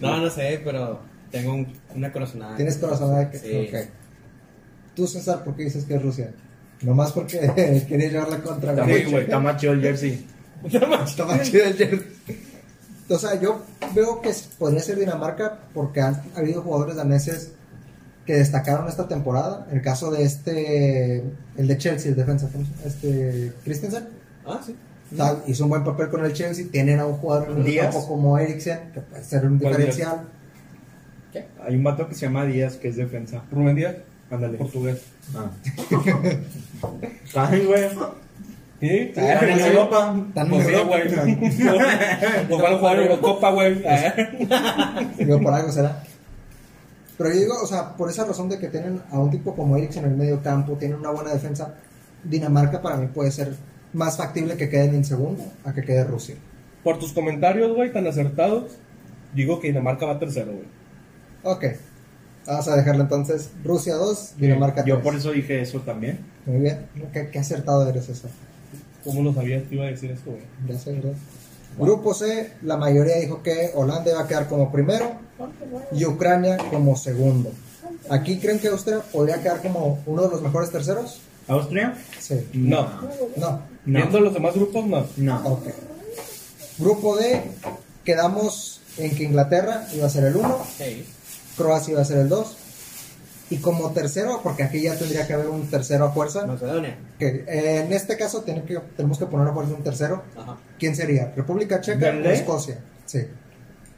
[SPEAKER 6] No, no sé, pero tengo un- una corazonada.
[SPEAKER 3] ¿Tienes corazón de que?
[SPEAKER 6] Ah, Sí.
[SPEAKER 3] ok. Tú, César, ¿por qué dices que es Rusia? Nomás porque quería llevarla contra
[SPEAKER 5] Está
[SPEAKER 3] mí.
[SPEAKER 5] más chido- está más chido el jersey.
[SPEAKER 3] Está más chido el jersey. o sea, yo veo que podría ser Dinamarca porque han habido jugadores daneses que destacaron esta temporada. El caso de este, el de Chelsea, el defensa, este Christensen.
[SPEAKER 6] Ah, sí.
[SPEAKER 3] O sea, hizo un buen papel con el Chelsea. Tienen a un jugador en el
[SPEAKER 5] Díaz.
[SPEAKER 3] campo como Eriksen, que puede ser un
[SPEAKER 4] ¿Cuál
[SPEAKER 3] diferencial.
[SPEAKER 5] Hay un vato que se llama Díaz, que es defensa.
[SPEAKER 4] Rubén Díaz,
[SPEAKER 5] Ándale.
[SPEAKER 4] portugués.
[SPEAKER 7] Ah.
[SPEAKER 5] Ay, güey.
[SPEAKER 4] ¿Sí?
[SPEAKER 5] Están en Europa.
[SPEAKER 3] Tan
[SPEAKER 4] Pues sí,
[SPEAKER 3] mejor.
[SPEAKER 4] güey.
[SPEAKER 6] pues
[SPEAKER 4] Nos van a jugar Eurocopa, güey.
[SPEAKER 6] Ah.
[SPEAKER 3] Digo, por algo será. Pero yo digo, o sea, por esa razón de que tienen a un tipo como Eriksen en el medio campo, tienen una buena defensa, Dinamarca para mí puede ser más factible que queden en segundo a que quede Rusia.
[SPEAKER 4] Por tus comentarios, güey, tan acertados, digo que Dinamarca va tercero, güey.
[SPEAKER 3] Ok, vamos a dejarlo entonces. Rusia 2, Dinamarca 3.
[SPEAKER 5] Yo por eso dije eso también.
[SPEAKER 3] Muy bien, qué, qué acertado eres eso.
[SPEAKER 4] ¿Cómo lo sabías que iba a decir esto, güey?
[SPEAKER 3] Ya sé, ¿verdad? Grupo C, la mayoría dijo que Holanda iba a quedar como primero y Ucrania como segundo. ¿Aquí creen que Austria podría quedar como uno de los mejores terceros?
[SPEAKER 5] ¿Austria?
[SPEAKER 3] Sí.
[SPEAKER 4] No.
[SPEAKER 3] No.
[SPEAKER 5] No.
[SPEAKER 4] Viendo los demás grupos, no.
[SPEAKER 5] No.
[SPEAKER 3] Ok. Grupo D, quedamos en que Inglaterra iba a ser el 1, Croacia iba a ser el 2, y como tercero, porque aquí ya tendría que haber un tercero a fuerza,
[SPEAKER 6] Macedonia.
[SPEAKER 3] que eh, en este caso tiene que, tenemos que poner a fuerza un tercero.
[SPEAKER 6] Ajá.
[SPEAKER 3] ¿Quién sería? ¿República Checa o
[SPEAKER 5] ¿Verde?
[SPEAKER 3] Escocia? Sí.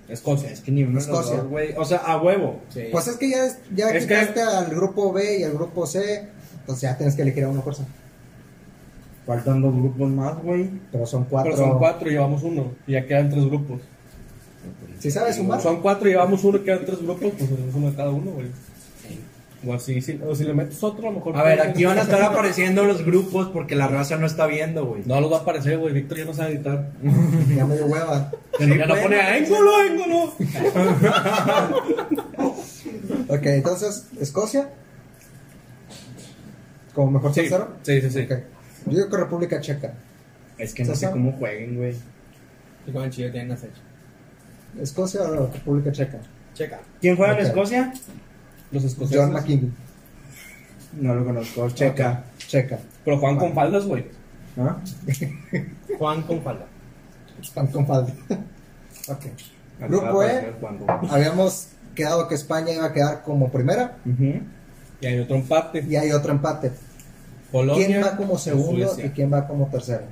[SPEAKER 4] Escocia.
[SPEAKER 5] Es que ni uno de los
[SPEAKER 3] Escocia.
[SPEAKER 5] dos, güey. O sea, a huevo.
[SPEAKER 6] Sí.
[SPEAKER 3] Pues es que ya, es- ya
[SPEAKER 4] Es que-
[SPEAKER 3] quitaste al grupo B y al grupo C, entonces ya tienes que elegir a una fuerza.
[SPEAKER 5] Faltan dos grupos más, güey.
[SPEAKER 3] Pero son cuatro.
[SPEAKER 4] Pero son cuatro y llevamos uno. Y ya quedan tres grupos.
[SPEAKER 3] Si sabes sumar,
[SPEAKER 4] Son cuatro y llevamos uno y quedan tres grupos, pues es uno de cada uno, güey. O así, si, o si le metes otro, a lo mejor.
[SPEAKER 5] A ver, aquí van a estar apareciendo los grupos porque la raza no está viendo, güey.
[SPEAKER 4] No los va a aparecer, güey. Víctor ya no sabe editar.
[SPEAKER 3] ya me dio hueva.
[SPEAKER 4] ya no pone a Éngolo, Éngolo.
[SPEAKER 3] Ok, entonces, Escocia. Como mejor
[SPEAKER 4] Sí,
[SPEAKER 3] tercero.
[SPEAKER 4] sí, sí. sí.
[SPEAKER 3] Ok. Yo digo que República Checa.
[SPEAKER 5] Es que no
[SPEAKER 3] Sosa.
[SPEAKER 5] sé cómo jueguen, güey.
[SPEAKER 6] Y con el chillo tienen acecho.
[SPEAKER 3] Escocia o República Checa.
[SPEAKER 6] Checa.
[SPEAKER 5] ¿Quién juega
[SPEAKER 3] Ok.
[SPEAKER 5] en Escocia?
[SPEAKER 4] Los
[SPEAKER 3] John
[SPEAKER 4] escoceses.
[SPEAKER 3] McKinney.
[SPEAKER 5] No lo conozco. Checa.
[SPEAKER 3] Ok, Checa.
[SPEAKER 4] Pero juegan con faldas, güey.
[SPEAKER 5] ¿Ah?
[SPEAKER 6] Juan con falda.
[SPEAKER 3] Están con falda. ok.
[SPEAKER 5] Acaba
[SPEAKER 3] Grupo
[SPEAKER 5] de
[SPEAKER 3] E.
[SPEAKER 5] aparecer Juan, güey.
[SPEAKER 3] Habíamos quedado que España iba a quedar como primera
[SPEAKER 5] Ujú.
[SPEAKER 4] Y hay otro empate.
[SPEAKER 3] y hay otro empate.
[SPEAKER 4] Polonia.
[SPEAKER 3] ¿Quién va como segundo
[SPEAKER 4] Suecia.
[SPEAKER 3] y quién va como tercero?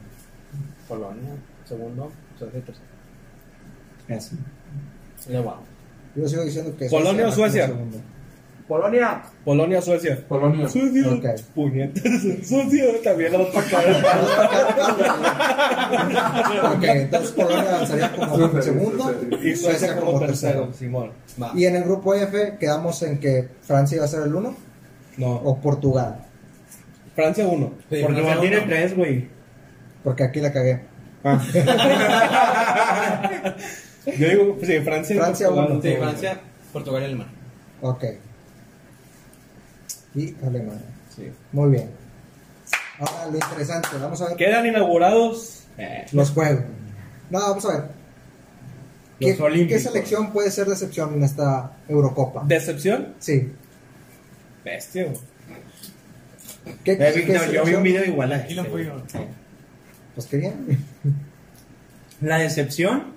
[SPEAKER 6] Polonia. Segundo. Suecia tercero.
[SPEAKER 5] Eso.
[SPEAKER 6] Le guau.
[SPEAKER 3] Yo sigo diciendo que.
[SPEAKER 4] ¿Polonia o
[SPEAKER 3] va como
[SPEAKER 4] Suecia?
[SPEAKER 3] segundo.
[SPEAKER 7] Polonia.
[SPEAKER 4] Polonia, Suecia.
[SPEAKER 7] Polonia.
[SPEAKER 4] Suecia.
[SPEAKER 3] Ok.
[SPEAKER 4] Puñetas. Suecia también la otra cara.
[SPEAKER 3] Ok, entonces Polonia avanzaría como
[SPEAKER 7] Suecia,
[SPEAKER 3] segundo
[SPEAKER 7] Suecia.
[SPEAKER 4] Y Suecia como tercero, Simón.
[SPEAKER 6] Va.
[SPEAKER 3] Y en el grupo F quedamos en que Francia iba a ser el uno
[SPEAKER 4] No.
[SPEAKER 3] o Portugal.
[SPEAKER 4] Francia uno.
[SPEAKER 6] Sí,
[SPEAKER 5] Porque
[SPEAKER 6] Francia
[SPEAKER 5] Juan tiene
[SPEAKER 6] uno.
[SPEAKER 5] tres, güey.
[SPEAKER 3] Porque aquí la cagué.
[SPEAKER 4] Yo digo, pues, sí, Francia y
[SPEAKER 3] Francia
[SPEAKER 4] Portugal.
[SPEAKER 3] uno.
[SPEAKER 6] Sí, Francia, Portugal y Alemania.
[SPEAKER 3] Ok. Y Alemania.
[SPEAKER 4] Sí.
[SPEAKER 3] Muy bien. Ahora lo interesante, vamos a ver
[SPEAKER 4] Quedan inaugurados.
[SPEAKER 3] los juegos. No, vamos a ver. ¿Qué,
[SPEAKER 5] Los
[SPEAKER 3] qué
[SPEAKER 5] olímpicos.
[SPEAKER 3] selección puede ser decepción en esta Eurocopa?
[SPEAKER 4] Decepción.
[SPEAKER 3] sí.
[SPEAKER 4] Bestia, güey.
[SPEAKER 3] ¿Qué,
[SPEAKER 5] Eh,
[SPEAKER 3] qué
[SPEAKER 5] Víctor, yo vi
[SPEAKER 3] selección?
[SPEAKER 5] un video igual a
[SPEAKER 6] Aquí
[SPEAKER 5] este,
[SPEAKER 6] lo fui
[SPEAKER 5] güey.
[SPEAKER 6] yo.
[SPEAKER 3] Pues qué bien.
[SPEAKER 5] La decepción,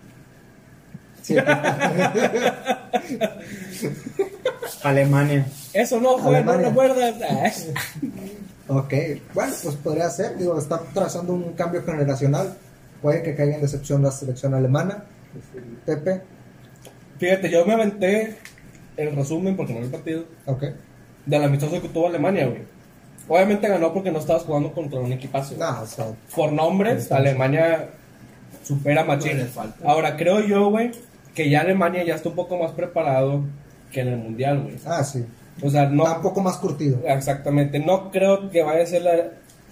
[SPEAKER 3] Sí.
[SPEAKER 5] Alemania.
[SPEAKER 4] Eso no, güey, no
[SPEAKER 3] Alemania.
[SPEAKER 4] recuerdas. Eh.
[SPEAKER 3] ok. Bueno, pues podría ser. Digo, está trazando un cambio generacional. Puede que caiga en decepción la selección alemana. Pepe.
[SPEAKER 4] Fíjate, yo me aventé el resumen porque no vi el partido
[SPEAKER 3] Ok.
[SPEAKER 4] del amistoso que tuvo Alemania, güey. Obviamente ganó porque no estabas jugando contra un equipazo. güey.
[SPEAKER 3] No, Ah, o sea,
[SPEAKER 4] Por nombres, Alemania supera
[SPEAKER 6] No le
[SPEAKER 4] Machines.
[SPEAKER 6] falta.
[SPEAKER 4] Ahora, creo yo, güey, que ya Alemania ya está un poco más preparado que en el Mundial, güey.
[SPEAKER 3] ah, sí.
[SPEAKER 4] O sea, no...
[SPEAKER 6] Ah,
[SPEAKER 3] Está un poco más curtido.
[SPEAKER 4] Exactamente, no creo que vaya a ser la...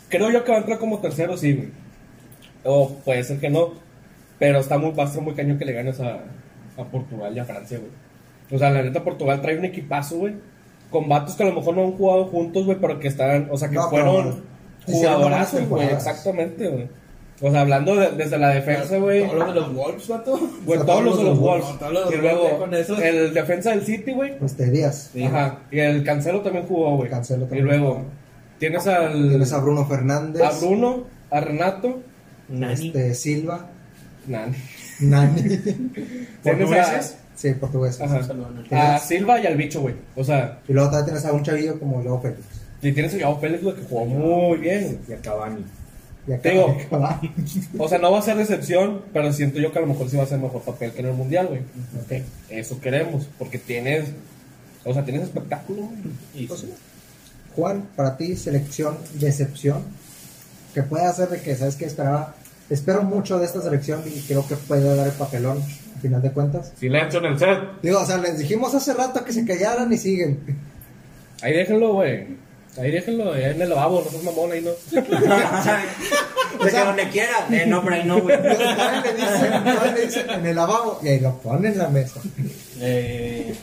[SPEAKER 4] Creo yo que va a entrar como tercero, sí, güey. O puede ser que no, pero está muy, va a estar muy cañón que le ganes a, a Portugal y a Francia, güey. O sea, la neta, Portugal trae un equipazo, güey. Con vatos que a lo mejor no han jugado juntos, güey, pero que están, o sea, que
[SPEAKER 3] No, pero,
[SPEAKER 4] fueron
[SPEAKER 3] hicieron
[SPEAKER 4] jugadorazos,
[SPEAKER 3] buenas
[SPEAKER 4] güey.
[SPEAKER 3] temporadas.
[SPEAKER 4] Exactamente, güey. O sea, hablando de- desde la defensa, güey.
[SPEAKER 6] Todos los de los Wolves, vato.
[SPEAKER 4] Güey, todos los de los Wolves.
[SPEAKER 6] No, todos los de
[SPEAKER 4] Y
[SPEAKER 6] los Wolves,
[SPEAKER 4] luego,
[SPEAKER 6] ya con esos.
[SPEAKER 4] el defensa del City, güey.
[SPEAKER 3] Este Díaz.
[SPEAKER 6] Sí.
[SPEAKER 4] Ajá. Y el Cancelo también jugó, güey.
[SPEAKER 3] Cancelo
[SPEAKER 4] Y
[SPEAKER 3] también.
[SPEAKER 4] luego tienes al
[SPEAKER 3] Tienes a Bruno Fernández.
[SPEAKER 4] a Bruno, a Renato,
[SPEAKER 6] Nani.
[SPEAKER 3] este, Silva.
[SPEAKER 4] Nan.
[SPEAKER 3] Nani.
[SPEAKER 4] Tienes
[SPEAKER 5] ¿Portugueses?
[SPEAKER 4] a-
[SPEAKER 3] Sí, portugués.
[SPEAKER 4] ajá, Ah, A, Silva y al bicho, güey. O sea,
[SPEAKER 3] Y luego también tienes a un chavillo como Leo Félix.
[SPEAKER 4] y tienes a Joao Félix, güey, que jugó muy bien.
[SPEAKER 5] Y a Cavani.
[SPEAKER 3] Y acá,
[SPEAKER 4] Digo.
[SPEAKER 3] acá.
[SPEAKER 4] O sea, no va a ser decepción, pero siento yo que a lo mejor sí va a ser mejor papel que en el mundial, güey. Eso queremos, porque tienes. O sea, tienes espectáculo, güey.
[SPEAKER 3] Juan, para ti, selección decepción. Que puede hacer de que, ¿sabes qué? Esperaba, espero mucho de esta selección y creo que puede dar el papelón, a final de cuentas.
[SPEAKER 6] Silencio en el set.
[SPEAKER 3] Digo, o sea, les dijimos hace rato que se callaran y siguen.
[SPEAKER 4] Ahí déjenlo, güey. Ahí déjenlo, ahí en el lavabo, no seas mamón, ahí no.
[SPEAKER 5] O sea, donde quiera. Eh, no, pero ahí no, güey.
[SPEAKER 3] Digo, todavía le dicen, todavía le dicen en el lavabo y ahí lo ponen en la mesa.
[SPEAKER 6] Eh,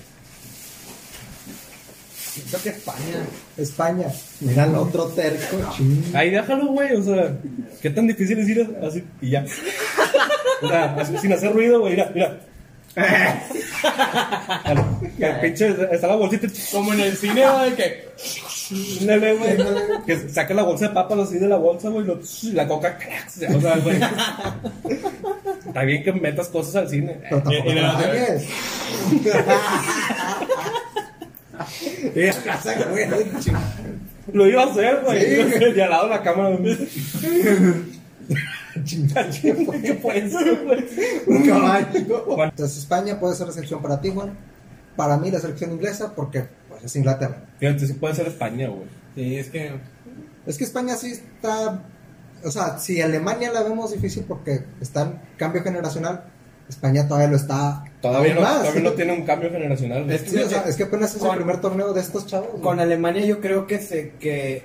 [SPEAKER 6] Siento que España.
[SPEAKER 3] España, mira el otro terco, ching.
[SPEAKER 4] Ahí déjalo, güey, o sea, qué tan difícil es ir así y ya. O sea, así, sin hacer ruido, güey, mira, mira. Que el pinche, está la bolsita
[SPEAKER 6] Como en el cine, güey, que.
[SPEAKER 4] Ándale, güey. Que saca la bolsa de papas así de la bolsa, güey. lo- y La coca, crack. O sea, güey. Está bien que metas cosas al cine.
[SPEAKER 3] Pero tampoco
[SPEAKER 6] Y- y
[SPEAKER 3] te
[SPEAKER 6] la-
[SPEAKER 3] bañes.
[SPEAKER 4] Lo iba a hacer,
[SPEAKER 3] Sí.
[SPEAKER 4] güey. Y al lado de la cámara. ¿Qué fue eso, güey?
[SPEAKER 3] Un caballo. Entonces España puede ser la selección para ti, Juan. Para mí la selección inglesa porque pues, es Inglaterra.
[SPEAKER 4] Fíjate, sí puede ser España, güey.
[SPEAKER 6] Sí, es que.
[SPEAKER 3] Es que España sí está. O sea, si Alemania la vemos difícil porque está en cambio generacional, España todavía lo está.
[SPEAKER 4] Todavía no,
[SPEAKER 3] aún más.
[SPEAKER 4] todavía no tiene un cambio generacional, güey.
[SPEAKER 6] Es que-
[SPEAKER 3] Sí, o sea, es que apenas es
[SPEAKER 6] Con-
[SPEAKER 3] el primer torneo de estos chavos. güey.
[SPEAKER 6] Con Alemania yo creo que se que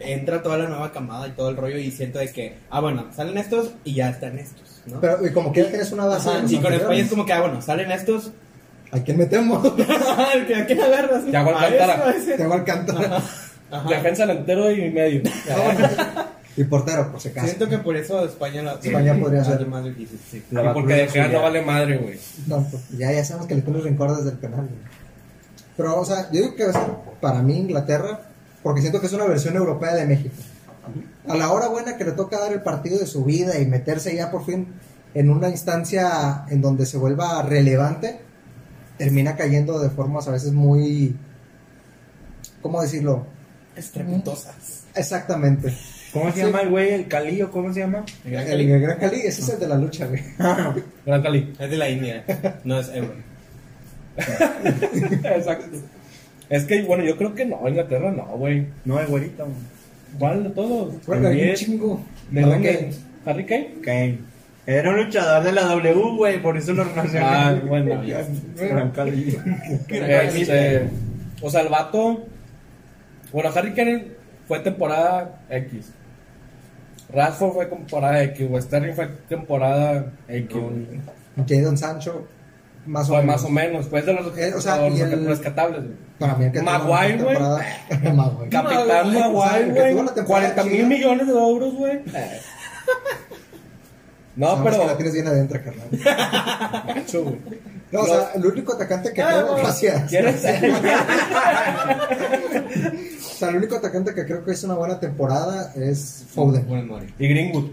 [SPEAKER 6] entra toda la nueva camada y todo el rollo y siento de que, ah, bueno, salen estos y ya están estos, ¿no?
[SPEAKER 3] Pero y como que ya tienes una base. de
[SPEAKER 6] Ajá,
[SPEAKER 3] los
[SPEAKER 6] sí, con España
[SPEAKER 3] anteriores.
[SPEAKER 6] es como que, ah, bueno, salen estos.
[SPEAKER 3] ¿A quién metemos?
[SPEAKER 6] ¿A quién- a quién agarras?
[SPEAKER 4] Ya hago
[SPEAKER 6] A
[SPEAKER 4] Alcántara.
[SPEAKER 6] Ah, eso, a ese.
[SPEAKER 3] Te va a cantar.
[SPEAKER 6] Ajá.
[SPEAKER 4] Defensa delantero y medio.
[SPEAKER 3] Y portero, por si acaso.
[SPEAKER 6] Siento que por eso España, la-
[SPEAKER 3] España podría
[SPEAKER 6] la-
[SPEAKER 3] ser.
[SPEAKER 6] la más difícil, sí.
[SPEAKER 5] La
[SPEAKER 4] Y porque
[SPEAKER 5] vacuna
[SPEAKER 4] de Gea
[SPEAKER 5] suya.
[SPEAKER 4] no vale madre, güey.
[SPEAKER 3] No, pues, ya, ya sabemos que le pones rencor desde el penal. güey. Pero, o sea, yo digo que va a ser para mí Inglaterra, porque siento que es una versión europea de México. A la hora buena que le toca dar el partido de su vida y meterse ya por fin en una instancia en donde se vuelva relevante, termina cayendo de formas a veces muy. ¿Cómo decirlo?
[SPEAKER 6] Estrepitosas.
[SPEAKER 3] Exactamente.
[SPEAKER 5] ¿Cómo se
[SPEAKER 3] Sí.
[SPEAKER 5] llama el güey? ¿El Calillo? ¿Cómo se llama?
[SPEAKER 6] El gran
[SPEAKER 3] El,
[SPEAKER 6] Cali.
[SPEAKER 3] el Gran Cali, ese es el de la lucha, güey.
[SPEAKER 4] Gran Cali.
[SPEAKER 6] Es de la India, no es euro.
[SPEAKER 4] Exacto. Es que, bueno, yo creo que no, Inglaterra no, güey.
[SPEAKER 5] No, el güerito.
[SPEAKER 4] ¿Cuál de todos?
[SPEAKER 3] Bueno, hay un
[SPEAKER 5] También.
[SPEAKER 3] chingo.
[SPEAKER 4] ¿De
[SPEAKER 3] Ahora
[SPEAKER 4] dónde?
[SPEAKER 3] que-
[SPEAKER 4] ¿Harry Kane?
[SPEAKER 5] Kane. Era un luchador de la W, güey. Por eso lo relacioné.
[SPEAKER 4] Ah, bueno.
[SPEAKER 5] Gran Calillo.
[SPEAKER 4] Este, o sea, el vato. Bueno, Harry Kane fue temporada X. Rashford fue temporada X. güey. Sterling fue temporada X. güey.
[SPEAKER 3] Jadon Sancho, más o
[SPEAKER 4] Fue
[SPEAKER 3] menos.
[SPEAKER 4] más o menos. Fue de los,
[SPEAKER 3] Eh, o sea,
[SPEAKER 4] los
[SPEAKER 3] y el-
[SPEAKER 4] rescatables. güey.
[SPEAKER 3] Para mí, el que tuvo la
[SPEAKER 4] Maguire, güey.
[SPEAKER 3] temporada- Maguire.
[SPEAKER 4] Capitán
[SPEAKER 3] Maguire,
[SPEAKER 4] Maguire,
[SPEAKER 3] o sea, el que tuvo la
[SPEAKER 4] güey.
[SPEAKER 3] temporada
[SPEAKER 4] 40 mil
[SPEAKER 3] chida.
[SPEAKER 4] millones de euros, güey. No,
[SPEAKER 3] Nada más que la
[SPEAKER 4] pero.
[SPEAKER 3] tienes bien adentro, carnal.
[SPEAKER 4] Macho, güey.
[SPEAKER 3] No, o sea, el único atacante que creo.
[SPEAKER 4] Ah,
[SPEAKER 3] Gracias.
[SPEAKER 4] ¿Quieres
[SPEAKER 3] O sea, el único atacante que creo que es una buena temporada es Foden.
[SPEAKER 6] Funes Mori.
[SPEAKER 4] Y Greenwood.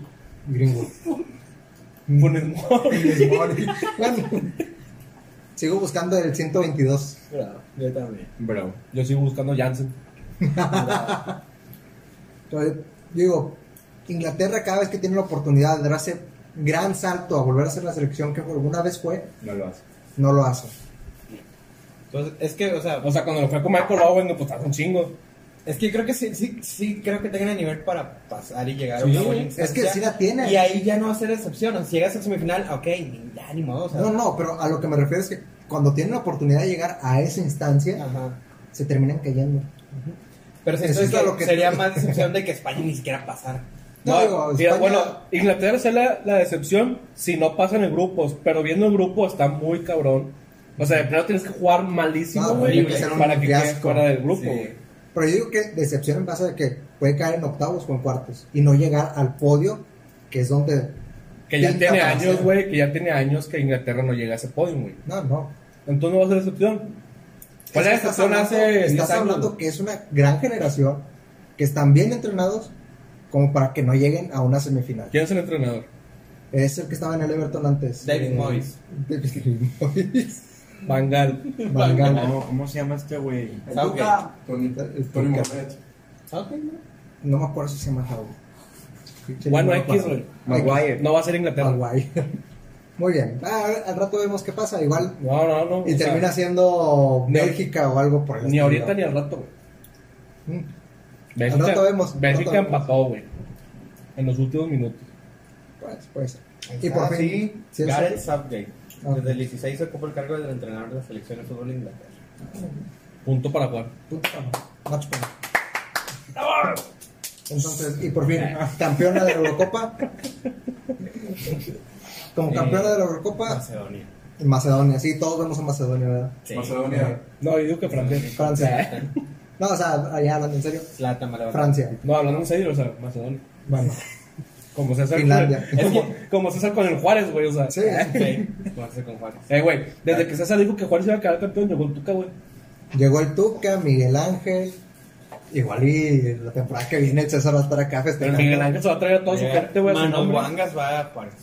[SPEAKER 3] Gringo.
[SPEAKER 4] Funes Mori.
[SPEAKER 3] Bueno, sigo buscando el 122.
[SPEAKER 6] Yo también.
[SPEAKER 5] Bro.
[SPEAKER 4] Yo sigo buscando Jansen.
[SPEAKER 3] Entonces, digo, Inglaterra cada vez que tiene la oportunidad de dar ese gran salto a volver a ser la selección que alguna vez fue,
[SPEAKER 5] No lo hace.
[SPEAKER 3] no lo hace.
[SPEAKER 6] Entonces, es que, o sea,
[SPEAKER 4] O sea, cuando lo fue con Michael Owen, pues estás un chingo.
[SPEAKER 6] Es que creo que sí, sí, sí, creo que tengan el nivel para pasar y llegar a
[SPEAKER 4] Sí,
[SPEAKER 6] una buena
[SPEAKER 3] Es
[SPEAKER 6] instancia.
[SPEAKER 3] que sí la tiene.
[SPEAKER 6] Y ahí ya no va a ser excepción. O si llegas al semifinal, ok, ni- ya ni modo. O sea,
[SPEAKER 3] No, no, pero a lo que me refiero es que cuando tienen la oportunidad de llegar a esa instancia,
[SPEAKER 6] Ajá.
[SPEAKER 3] se terminan cayendo.
[SPEAKER 6] Pero si
[SPEAKER 3] Eso
[SPEAKER 6] entonces
[SPEAKER 3] es
[SPEAKER 6] que
[SPEAKER 3] lo que-
[SPEAKER 6] sería más decepción de que España ni siquiera pasara.
[SPEAKER 3] No,
[SPEAKER 4] No,
[SPEAKER 3] digo,
[SPEAKER 4] mira,
[SPEAKER 3] España-
[SPEAKER 4] bueno, Inglaterra es la, la decepción si no pasan en grupos, pero viendo el grupo está muy cabrón. O sea, de primero tienes que jugar malísimo,
[SPEAKER 3] No,
[SPEAKER 4] güey,
[SPEAKER 3] tiene que ser un
[SPEAKER 4] para que quedes
[SPEAKER 3] fiasco.
[SPEAKER 4] fuera del grupo.
[SPEAKER 6] Sí.
[SPEAKER 4] güey.
[SPEAKER 3] Pero yo digo que decepción en base de que puede caer en octavos o en cuartos y no llegar al podio, que es donde.
[SPEAKER 4] Que ya
[SPEAKER 3] Pinta
[SPEAKER 4] tiene
[SPEAKER 3] para
[SPEAKER 4] años,
[SPEAKER 3] ser.
[SPEAKER 4] güey, que ya tiene años que Inglaterra no llega a ese podium, güey.
[SPEAKER 3] No, no.
[SPEAKER 4] Entonces no va a ser decepción. ¿Cuál es la
[SPEAKER 3] Es que estás
[SPEAKER 4] decepción
[SPEAKER 3] hablando-
[SPEAKER 4] hace 10
[SPEAKER 3] Estás
[SPEAKER 4] años?
[SPEAKER 3] hablando que es una gran generación, que están bien entrenados como para que no lleguen a una semifinal.
[SPEAKER 4] ¿Quién es el entrenador?
[SPEAKER 3] Es el que estaba en el Everton antes. Eh,
[SPEAKER 6] David Moyes.
[SPEAKER 3] David Moyes.
[SPEAKER 4] Bangal.
[SPEAKER 3] Van Gaal.
[SPEAKER 5] ¿Cómo, cómo se llama este güey?
[SPEAKER 7] El
[SPEAKER 6] Southgate.
[SPEAKER 7] Tuca, Tony,
[SPEAKER 3] eh,
[SPEAKER 7] Tony Mohamed.
[SPEAKER 6] Southgate, ¿no?
[SPEAKER 3] No me acuerdo si se llama Howard.
[SPEAKER 4] Bueno, X, güey.
[SPEAKER 5] Maguire.
[SPEAKER 4] Eh, No va a ser Inglaterra.
[SPEAKER 3] Paraguay. Muy bien. Ah, al rato vemos qué pasa. Igual.
[SPEAKER 4] No, no, no.
[SPEAKER 3] Y
[SPEAKER 4] o sea,
[SPEAKER 3] termina siendo
[SPEAKER 4] ni-
[SPEAKER 3] Bélgica o algo por el
[SPEAKER 4] Ni
[SPEAKER 3] estilo.
[SPEAKER 4] ahorita ni al rato, güey.
[SPEAKER 3] Mm.
[SPEAKER 4] Bélgica,
[SPEAKER 3] rato vemos, al
[SPEAKER 4] Bélgica
[SPEAKER 3] rato vemos.
[SPEAKER 4] empató, güey. En los últimos minutos.
[SPEAKER 3] Pues, pues.
[SPEAKER 6] Y por fin,
[SPEAKER 3] ¿sí es
[SPEAKER 6] Gareth
[SPEAKER 3] cierto?
[SPEAKER 6] Southgate.
[SPEAKER 3] Ah.
[SPEAKER 6] Desde el 16 ocupó el cargo de entrenador de la selección de fútbol de Inglaterra.
[SPEAKER 4] Punto para jugar.
[SPEAKER 3] Puta, macho, pues. Entonces, y por fin,
[SPEAKER 4] Eh.
[SPEAKER 3] campeona de la Eurocopa. Como campeona de la Eurocopa,
[SPEAKER 6] Macedonia.
[SPEAKER 3] Macedonia. Sí, todos vemos a Macedonia, ¿verdad?
[SPEAKER 6] Sí.
[SPEAKER 3] Eh,
[SPEAKER 7] Macedonia.
[SPEAKER 4] No, yo digo que Francia. Eh.
[SPEAKER 3] Francia. No, o sea, allá hablando en serio.
[SPEAKER 6] Zlatan, Malabar.
[SPEAKER 3] Francia.
[SPEAKER 4] No, hablando en serio, o sea, Macedonia.
[SPEAKER 3] Bueno,
[SPEAKER 4] Como César.
[SPEAKER 3] Finlandia.
[SPEAKER 4] Es como, como César con el Juárez, güey, o sea.
[SPEAKER 3] sí.
[SPEAKER 6] Sí. Jugarse con Juárez.
[SPEAKER 4] Eh, güey, desde que César dijo que Juárez iba a quedar campeón, llegó el Tuca, güey.
[SPEAKER 3] Llegó el Tuca, Miguel Ángel. Igual y la temporada que viene el César va a estar acá
[SPEAKER 4] Pero
[SPEAKER 3] festejando.
[SPEAKER 4] Miguel Ángel se va a traer a toda su
[SPEAKER 6] Eh,
[SPEAKER 4] gente, güey. a su
[SPEAKER 6] Mano
[SPEAKER 4] nombre.
[SPEAKER 6] Wangas va a Juárez.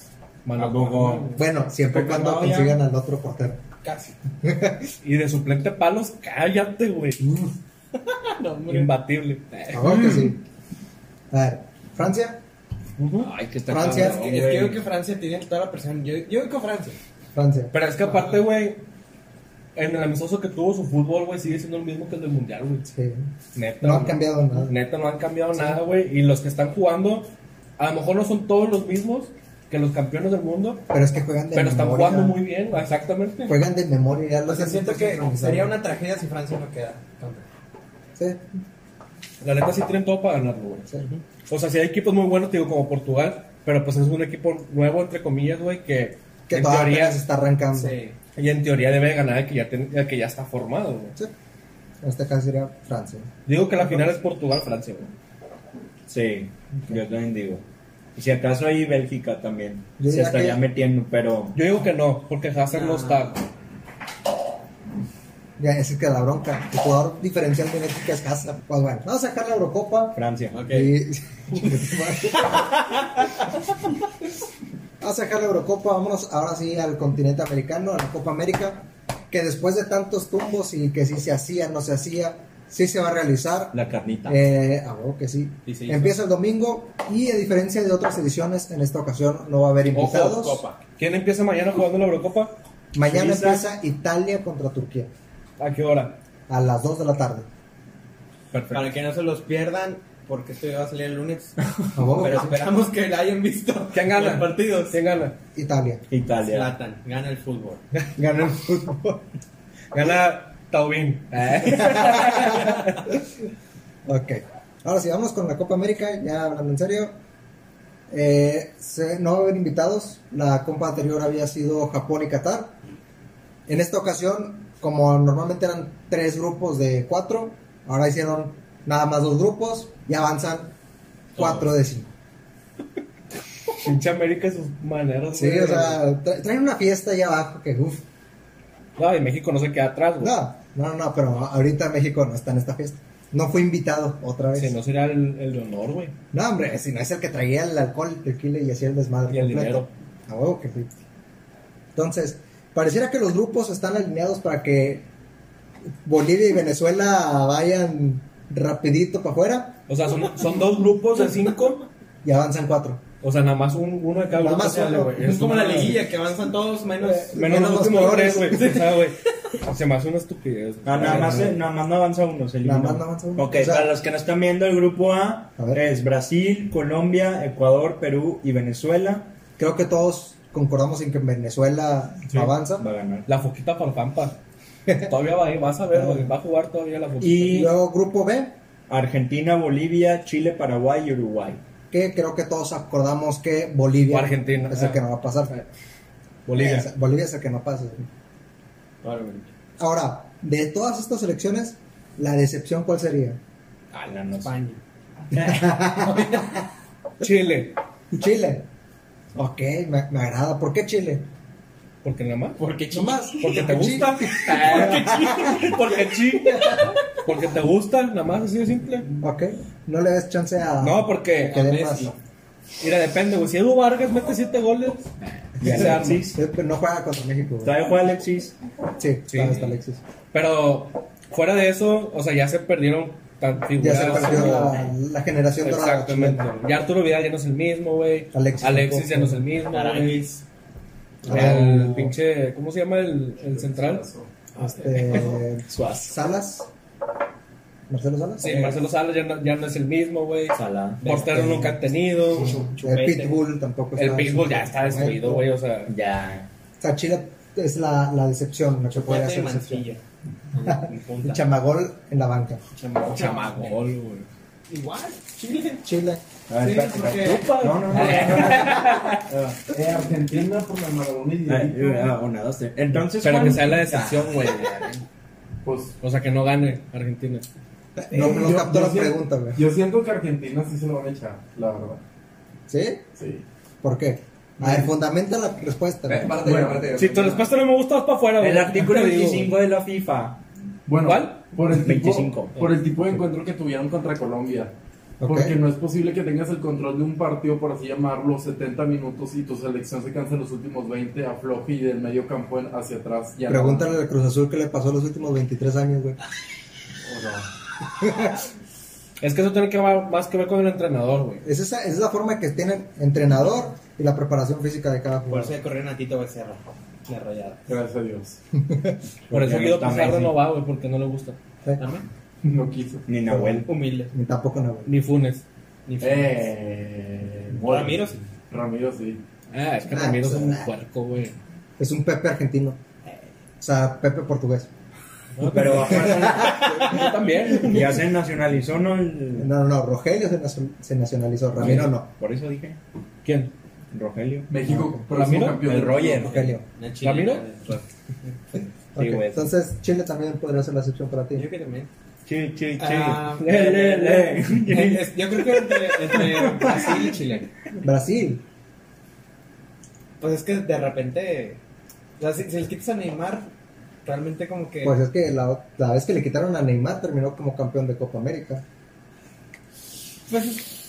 [SPEAKER 4] Mano
[SPEAKER 5] Tampoco.
[SPEAKER 4] Guanga.
[SPEAKER 3] Bueno, siempre y cuando
[SPEAKER 6] No, ya.
[SPEAKER 3] consigan al otro portero.
[SPEAKER 6] Casi.
[SPEAKER 4] Y de suplente palos, cállate, güey.
[SPEAKER 6] No, hombre.
[SPEAKER 4] Imbatible. Eh.
[SPEAKER 3] Claro que sí. A ver, Francia,
[SPEAKER 5] Ay, que está
[SPEAKER 3] Francia. eh,
[SPEAKER 6] Es
[SPEAKER 5] cabrón,
[SPEAKER 6] que, es que
[SPEAKER 5] güey.
[SPEAKER 6] yo creo que Francia tiene toda la presión. Yo, yo digo Francia.
[SPEAKER 3] Francia.
[SPEAKER 4] Pero es que aparte, güey, en el amistoso que tuvo su fútbol, güey, sigue siendo el mismo que el del mundial, güey.
[SPEAKER 3] Sí.
[SPEAKER 4] Neta.
[SPEAKER 3] No han
[SPEAKER 4] güey.
[SPEAKER 3] cambiado nada.
[SPEAKER 4] Neta, no han cambiado nada, güey. Y los que están jugando, a lo mejor no son todos los mismos que los campeones del mundo,
[SPEAKER 3] Pero es que juegan de
[SPEAKER 4] pero
[SPEAKER 3] memoria. Pues-
[SPEAKER 4] están jugando muy bien, güey, exactamente.
[SPEAKER 3] Juegan de memoria. Ya los
[SPEAKER 6] O sea,
[SPEAKER 3] hacen
[SPEAKER 6] siento que
[SPEAKER 3] sincronizar.
[SPEAKER 6] sería una tragedia si Francia no queda campeón.
[SPEAKER 3] Sí,
[SPEAKER 4] La neta sí tienen todo para ganarlo, güey.
[SPEAKER 3] sí.
[SPEAKER 4] O sea, si hay equipos muy buenos, te digo, como Portugal, pero pues es un equipo nuevo, entre comillas, güey, que,
[SPEAKER 3] Que
[SPEAKER 4] en
[SPEAKER 3] todavía pues,
[SPEAKER 4] teoría
[SPEAKER 3] apenas está arrancando.
[SPEAKER 6] Sí.
[SPEAKER 4] y en teoría debe de ganar el que ya, ten- el que ya está formado, güey.
[SPEAKER 3] Sí. En este caso sería Francia.
[SPEAKER 4] Digo que la final es Portugal-Francia, güey.
[SPEAKER 5] Sí, yo también digo. Y si acaso ahí Bélgica también
[SPEAKER 3] Yo
[SPEAKER 5] se
[SPEAKER 3] diría
[SPEAKER 5] estaría
[SPEAKER 3] que-
[SPEAKER 5] metiendo, pero
[SPEAKER 4] Yo digo que no, porque Hazard
[SPEAKER 3] Ah.
[SPEAKER 4] no está.
[SPEAKER 3] Ya, esa es que la bronca. El jugador diferencial de Bélgica es Hazard. Pues bueno, vamos a sacar la Eurocopa.
[SPEAKER 5] Francia.
[SPEAKER 3] Y- Vamos a dejar la Eurocopa, vámonos ahora sí al continente americano, a la Copa América, que después de tantos tumbos y que si se hacía, no se hacía, sí se va a realizar.
[SPEAKER 5] La carnita.
[SPEAKER 3] Eh, a huevo que sí.
[SPEAKER 6] Y se hizo.
[SPEAKER 3] Empieza el domingo y a diferencia de otras ediciones, en esta ocasión no va a haber invitados.
[SPEAKER 4] Ojo, Copa. ¿Quién empieza mañana jugando la Eurocopa?
[SPEAKER 3] Mañana
[SPEAKER 5] Suiza.
[SPEAKER 3] empieza Italia contra Turquía
[SPEAKER 4] ¿A qué hora?
[SPEAKER 3] a las 2 de la tarde.
[SPEAKER 4] Perfecto.
[SPEAKER 6] Para que no se los pierdan, porque esto ya va a salir el lunes.
[SPEAKER 3] A huevo
[SPEAKER 6] Pero
[SPEAKER 3] que sí.
[SPEAKER 6] esperamos que la hayan visto.
[SPEAKER 4] ¿Quién gana?
[SPEAKER 6] Los partidos.
[SPEAKER 4] ¿Quién gana?
[SPEAKER 3] Italia.
[SPEAKER 5] Italia.
[SPEAKER 6] Zlatan, gana el fútbol.
[SPEAKER 3] Ganó el fútbol.
[SPEAKER 4] Gana Taubín.
[SPEAKER 3] Ok. Ahora sí, vamos con la Copa América, ya hablando en serio. Eh, se- no va a haber invitados. La Copa anterior había sido Japón y Qatar. En esta ocasión, como normalmente eran tres grupos de cuatro, ahora hicieron nada más dos grupos y avanzan cuatro de cinco.
[SPEAKER 4] Pinche América y sus maneras.
[SPEAKER 3] Sí,
[SPEAKER 4] güey.
[SPEAKER 3] o sea, tra- traen una fiesta allá abajo que uff.
[SPEAKER 4] No, y México no se queda atrás, güey.
[SPEAKER 3] No, no, no, pero ahorita México no está en esta fiesta. No fue invitado otra vez.
[SPEAKER 4] Si no sería el, el de honor, güey.
[SPEAKER 3] No, hombre, si no es el que traía el alcohol, el tequila y hacía el desmadre.
[SPEAKER 4] Y el
[SPEAKER 3] completo.
[SPEAKER 4] dinero.
[SPEAKER 3] A huevo que sí. Ah, Entonces, pareciera que los grupos están alineados para que Bolivia y Venezuela vayan rapidito para afuera
[SPEAKER 4] O sea, son, son dos grupos de cinco.
[SPEAKER 3] y avanzan cuatro.
[SPEAKER 4] O sea, nada más un- uno de cada
[SPEAKER 3] Nada
[SPEAKER 4] grupo.
[SPEAKER 3] más
[SPEAKER 4] sale,
[SPEAKER 3] uno.
[SPEAKER 4] güey.
[SPEAKER 6] Es como la
[SPEAKER 4] una-
[SPEAKER 6] liguilla, que avanzan todos Eh, menos...
[SPEAKER 4] Menos los
[SPEAKER 3] Menos los
[SPEAKER 4] últimos
[SPEAKER 3] peores.
[SPEAKER 4] tres, güey. O sea, güey. Se me hace una estupidez. güey.
[SPEAKER 5] Ah, nada, más, nada más no avanza uno, se
[SPEAKER 3] Nada
[SPEAKER 5] elimina.
[SPEAKER 3] más no avanza uno.
[SPEAKER 5] Ok,
[SPEAKER 3] O sea-
[SPEAKER 5] para los que no están viendo, el grupo A,
[SPEAKER 3] A ver.
[SPEAKER 5] es Brasil, Colombia, Ecuador, Perú y Venezuela.
[SPEAKER 3] Creo que todos concordamos en que Venezuela avanza.
[SPEAKER 5] Va a ganar.
[SPEAKER 4] La foquita por Pampa. Todavía va, eh, vas a ver, güey, va a jugar todavía la foquita.
[SPEAKER 5] Y-
[SPEAKER 3] Y luego grupo B,
[SPEAKER 5] Argentina, Bolivia, Chile, Paraguay y Uruguay.
[SPEAKER 3] que creo que todos acordamos que Bolivia
[SPEAKER 4] O Argentina.
[SPEAKER 3] es el que
[SPEAKER 4] Ah.
[SPEAKER 3] no va a pasar.
[SPEAKER 4] Bolivia.
[SPEAKER 3] Es- Bolivia es el que no pasa. Ahora, de todas estas elecciones, la decepción cuál sería?
[SPEAKER 5] Ah, la no sé.
[SPEAKER 6] España.
[SPEAKER 4] Chile.
[SPEAKER 3] Chile. Ok, me, me agrada. ¿Por qué Chile?
[SPEAKER 4] Porque nada más.
[SPEAKER 6] Porque
[SPEAKER 3] No más.
[SPEAKER 4] Porque te gusta. Porque chi. Porque te gusta, nada más, así de simple.
[SPEAKER 3] Ok, no le des chance a.
[SPEAKER 4] No, porque
[SPEAKER 3] Ah, que dé
[SPEAKER 6] a Messi.
[SPEAKER 3] más.
[SPEAKER 4] Mira, depende, güey. Si Edu Vargas mete 7 goles,
[SPEAKER 5] Y
[SPEAKER 4] ya se arma.
[SPEAKER 5] Alexis.
[SPEAKER 3] Pero no juega contra México. güey.
[SPEAKER 5] Todavía juega Alexis.
[SPEAKER 3] Sí,
[SPEAKER 4] Sí.
[SPEAKER 3] todavía está Alexis.
[SPEAKER 4] Pero fuera de eso, o sea, ya se perdieron tan
[SPEAKER 3] Ya
[SPEAKER 4] figuras.
[SPEAKER 3] se perdió
[SPEAKER 4] como-
[SPEAKER 3] la, la generación dorada.
[SPEAKER 4] Exactamente. Ya Arturo Vidal ya no es el mismo, güey.
[SPEAKER 3] Alexis
[SPEAKER 4] ya no es el mismo, güey.
[SPEAKER 5] Aranguis.
[SPEAKER 3] Ah.
[SPEAKER 4] El pinche, ¿cómo se llama el, el central?
[SPEAKER 3] Este,
[SPEAKER 5] Suaz.
[SPEAKER 3] Salas. Marcelo Salas.
[SPEAKER 4] Sí,
[SPEAKER 3] Eh,
[SPEAKER 4] Marcelo Salas ya no, ya no es el mismo, güey.
[SPEAKER 5] Salah.
[SPEAKER 4] Portero nunca han tenido.
[SPEAKER 3] Eh, El Pitbull tampoco
[SPEAKER 4] El
[SPEAKER 3] está-
[SPEAKER 4] pitbull ya está destruido, güey. O sea,
[SPEAKER 5] Ya.
[SPEAKER 3] Tachira es la, la decepción, no se puede
[SPEAKER 6] Fuerte y
[SPEAKER 3] hacer decepción.
[SPEAKER 6] mancilla. En
[SPEAKER 3] El
[SPEAKER 6] punta.
[SPEAKER 3] chamagol en la banca.
[SPEAKER 6] Chamagol.
[SPEAKER 4] chamagol, güey.
[SPEAKER 6] Igual, Chile.
[SPEAKER 3] Chile.
[SPEAKER 5] A
[SPEAKER 6] Sí,
[SPEAKER 5] ver, espérate,
[SPEAKER 6] porque-
[SPEAKER 5] espérate. Ah, Upa. Ah,
[SPEAKER 3] No, no, no.
[SPEAKER 7] Eh, Argentina por la Maradona y Dieguito,
[SPEAKER 5] Ah, Una, dos, tres. Entonces,
[SPEAKER 4] Pero que
[SPEAKER 5] Juan-
[SPEAKER 4] sea la decepción, güey.
[SPEAKER 7] pues,
[SPEAKER 4] O sea, que no gane Argentina.
[SPEAKER 3] No,
[SPEAKER 7] eh,
[SPEAKER 3] no
[SPEAKER 7] yo-
[SPEAKER 3] captó
[SPEAKER 7] yo
[SPEAKER 3] la
[SPEAKER 7] siento-
[SPEAKER 3] pregunta, güey.
[SPEAKER 7] Yo siento que Argentina sí se lo van a echar, la verdad.
[SPEAKER 3] ¿Sí?
[SPEAKER 7] Sí. Eh,
[SPEAKER 3] ¿Por qué? A ver, fundamenta la respuesta. güey.
[SPEAKER 7] Bueno,
[SPEAKER 4] Si tu respuesta no me gusta, vas para afuera, güey.
[SPEAKER 5] El artículo
[SPEAKER 4] Te digo, güey.
[SPEAKER 5] 25 de la FIFA.
[SPEAKER 7] Bueno,
[SPEAKER 4] ¿Cuál?
[SPEAKER 7] Por el,
[SPEAKER 5] 25.
[SPEAKER 7] Tipo, por el tipo de encuentro que tuvieron contra Colombia.
[SPEAKER 3] Ok.
[SPEAKER 7] Porque no es posible que tengas el control de un partido, por así llamarlo, 70 minutos y tu selección se cansa en los últimos 20, afloje y del medio campo en- hacia atrás. Ya no.
[SPEAKER 3] Pregúntale al Cruz Azul qué le pasó los últimos 23 años, güey.
[SPEAKER 7] O sea,
[SPEAKER 4] Es que eso tiene que ver más que ver con el entrenador, güey.
[SPEAKER 3] Es esa, es la forma que tienen entrenador y la preparación física de cada
[SPEAKER 6] Por
[SPEAKER 3] jugador.
[SPEAKER 6] eso le corrieron a Tito Becerra. La rayada.
[SPEAKER 7] gracias a Dios.
[SPEAKER 4] Por eso
[SPEAKER 5] Porque
[SPEAKER 4] Guido
[SPEAKER 5] está
[SPEAKER 4] Pizarro
[SPEAKER 5] Messi.
[SPEAKER 4] no va, güey, porque no le gusta.
[SPEAKER 3] Sí.
[SPEAKER 6] Amén.
[SPEAKER 7] No quiso.
[SPEAKER 5] Ni Nahuel.
[SPEAKER 6] Humilde.
[SPEAKER 3] Ni tampoco no, güey.
[SPEAKER 4] Ni Funes. Ni Funes.
[SPEAKER 7] Eh, bueno.
[SPEAKER 6] Ramiro sí.
[SPEAKER 7] Ramiro sí.
[SPEAKER 4] Ah, es que
[SPEAKER 3] Ah,
[SPEAKER 4] Ramiro es
[SPEAKER 3] pues,
[SPEAKER 4] un
[SPEAKER 3] ah.
[SPEAKER 4] puerco, güey.
[SPEAKER 3] Es un Pepe argentino. O sea, Pepe portugués.
[SPEAKER 5] Pero aparte-
[SPEAKER 4] Yo también.
[SPEAKER 5] ya se nacionalizó, ¿no? El-
[SPEAKER 3] No, no, no. Rogelio se, nazo- se nacionalizó. Ramiro no.
[SPEAKER 5] Por eso dije.
[SPEAKER 4] ¿Quién?
[SPEAKER 5] Rogelio.
[SPEAKER 7] México,
[SPEAKER 4] Ramiro,
[SPEAKER 7] próximo campeón.
[SPEAKER 5] el Roger.
[SPEAKER 3] Rogelio.
[SPEAKER 6] Una chilena.
[SPEAKER 4] ¿Ramiro?
[SPEAKER 3] Ok,
[SPEAKER 5] güey.
[SPEAKER 3] Entonces, Chile también podría ser la excepción para ti.
[SPEAKER 6] Yo creo que también.
[SPEAKER 5] Chi, chi, chi.
[SPEAKER 6] Ah, eh,
[SPEAKER 5] Le, le, le.
[SPEAKER 6] Es- Yo creo que entre, entre Brasil y Chile.
[SPEAKER 3] Brasil.
[SPEAKER 6] Pues es que de repente, o sea, si, si le quitas a Neymar, realmente como que...
[SPEAKER 3] Pues es que la, la vez que le quitaron a Neymar terminó como campeón de Copa América.
[SPEAKER 6] pues,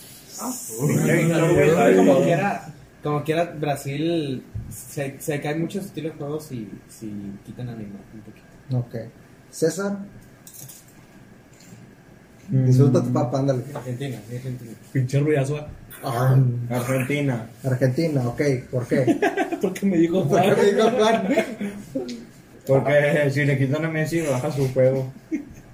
[SPEAKER 5] Ya, Víctor, güey, ¿sabes
[SPEAKER 6] como,
[SPEAKER 5] cómo?
[SPEAKER 6] quiera, como quiera, Brasil se, se caen muchos estilos de juego si, si quitan a Neymar un poquito.
[SPEAKER 3] Ok. César,
[SPEAKER 4] Mm.
[SPEAKER 3] disfruta tu papá, ándale.
[SPEAKER 6] Argentina, sí, Argentina.
[SPEAKER 4] Pinche ruidazo. ah.
[SPEAKER 3] Arm.
[SPEAKER 5] Argentina.
[SPEAKER 3] Argentina, ok. ¿Por qué?
[SPEAKER 4] ¿Por qué me dijo
[SPEAKER 3] ¿Por qué
[SPEAKER 4] Juan?
[SPEAKER 3] me dijo Juan?
[SPEAKER 5] Porque si le quitan a Messi, baja su juego.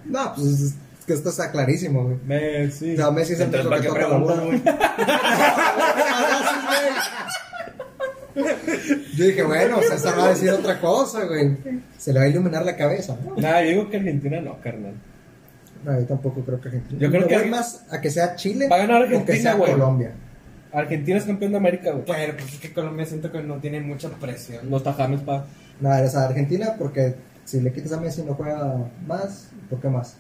[SPEAKER 3] No, pues es que esto está clarísimo, güey.
[SPEAKER 4] Messi.
[SPEAKER 3] O sea, Messi es el único
[SPEAKER 5] Entonces, ¿para
[SPEAKER 3] que
[SPEAKER 5] qué
[SPEAKER 3] toca la bola.
[SPEAKER 5] preguntas, güey?
[SPEAKER 3] Yo dije, bueno, César va a decir otra cosa, güey. Se le va a iluminar la cabeza. ¿no?
[SPEAKER 4] Nah, yo digo que Argentina no, carnal.
[SPEAKER 3] No, yo tampoco creo que Argentina.
[SPEAKER 4] Yo creo
[SPEAKER 3] Me
[SPEAKER 4] que-
[SPEAKER 3] voy más a que sea Chile
[SPEAKER 4] Va a ganar
[SPEAKER 3] o que
[SPEAKER 4] Argentina,
[SPEAKER 3] sea
[SPEAKER 4] güey.
[SPEAKER 3] Colombia.
[SPEAKER 4] Argentina es campeón de América, güey.
[SPEAKER 6] Pero pues es que Colombia siento que no tiene mucha presión.
[SPEAKER 4] Los tajames, pa.
[SPEAKER 3] No, o sea, Argentina porque si le quitas a Messi no juega más, ¿por qué más?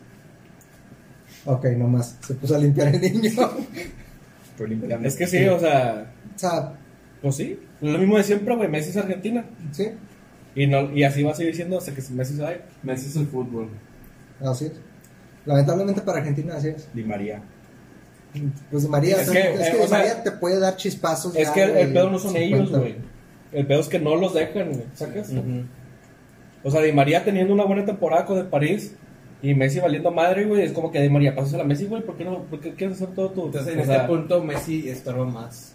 [SPEAKER 3] Ok, no más. Se puso a limpiar el niño. o
[SPEAKER 5] Por limpiarme.
[SPEAKER 4] Es que sí, o sea,
[SPEAKER 3] sea,
[SPEAKER 4] pues sí. Lo mismo de siempre, güey. Messi es Argentina.
[SPEAKER 3] sí,
[SPEAKER 4] Y, no, y así va a seguir siendo hasta que Messi se vaya.
[SPEAKER 7] Messi es el fútbol.
[SPEAKER 3] así es. Lamentablemente para Argentina así es.
[SPEAKER 5] Di María.
[SPEAKER 3] Pues María,
[SPEAKER 4] Es
[SPEAKER 3] o sea,
[SPEAKER 4] que,
[SPEAKER 3] es que,
[SPEAKER 4] eh, o sea,
[SPEAKER 3] María te puede dar chispazos.
[SPEAKER 4] Es
[SPEAKER 3] ya,
[SPEAKER 4] que el, el
[SPEAKER 3] güey,
[SPEAKER 4] pedo no son ellos,
[SPEAKER 3] 50.
[SPEAKER 4] güey. El pedo es que no los dejan, güey. ¿Sacas?
[SPEAKER 6] Ujú.
[SPEAKER 4] O sea, Di María teniendo una buena temporada con el París y Messi valiendo madre, güey. Es como que Di María, pasas a la Messi, güey. ¿Por qué no? ¿Por qué quieres hacer todo tu.?
[SPEAKER 6] Entonces, en
[SPEAKER 4] o
[SPEAKER 6] este
[SPEAKER 4] sea,
[SPEAKER 6] punto, Messi estorba más.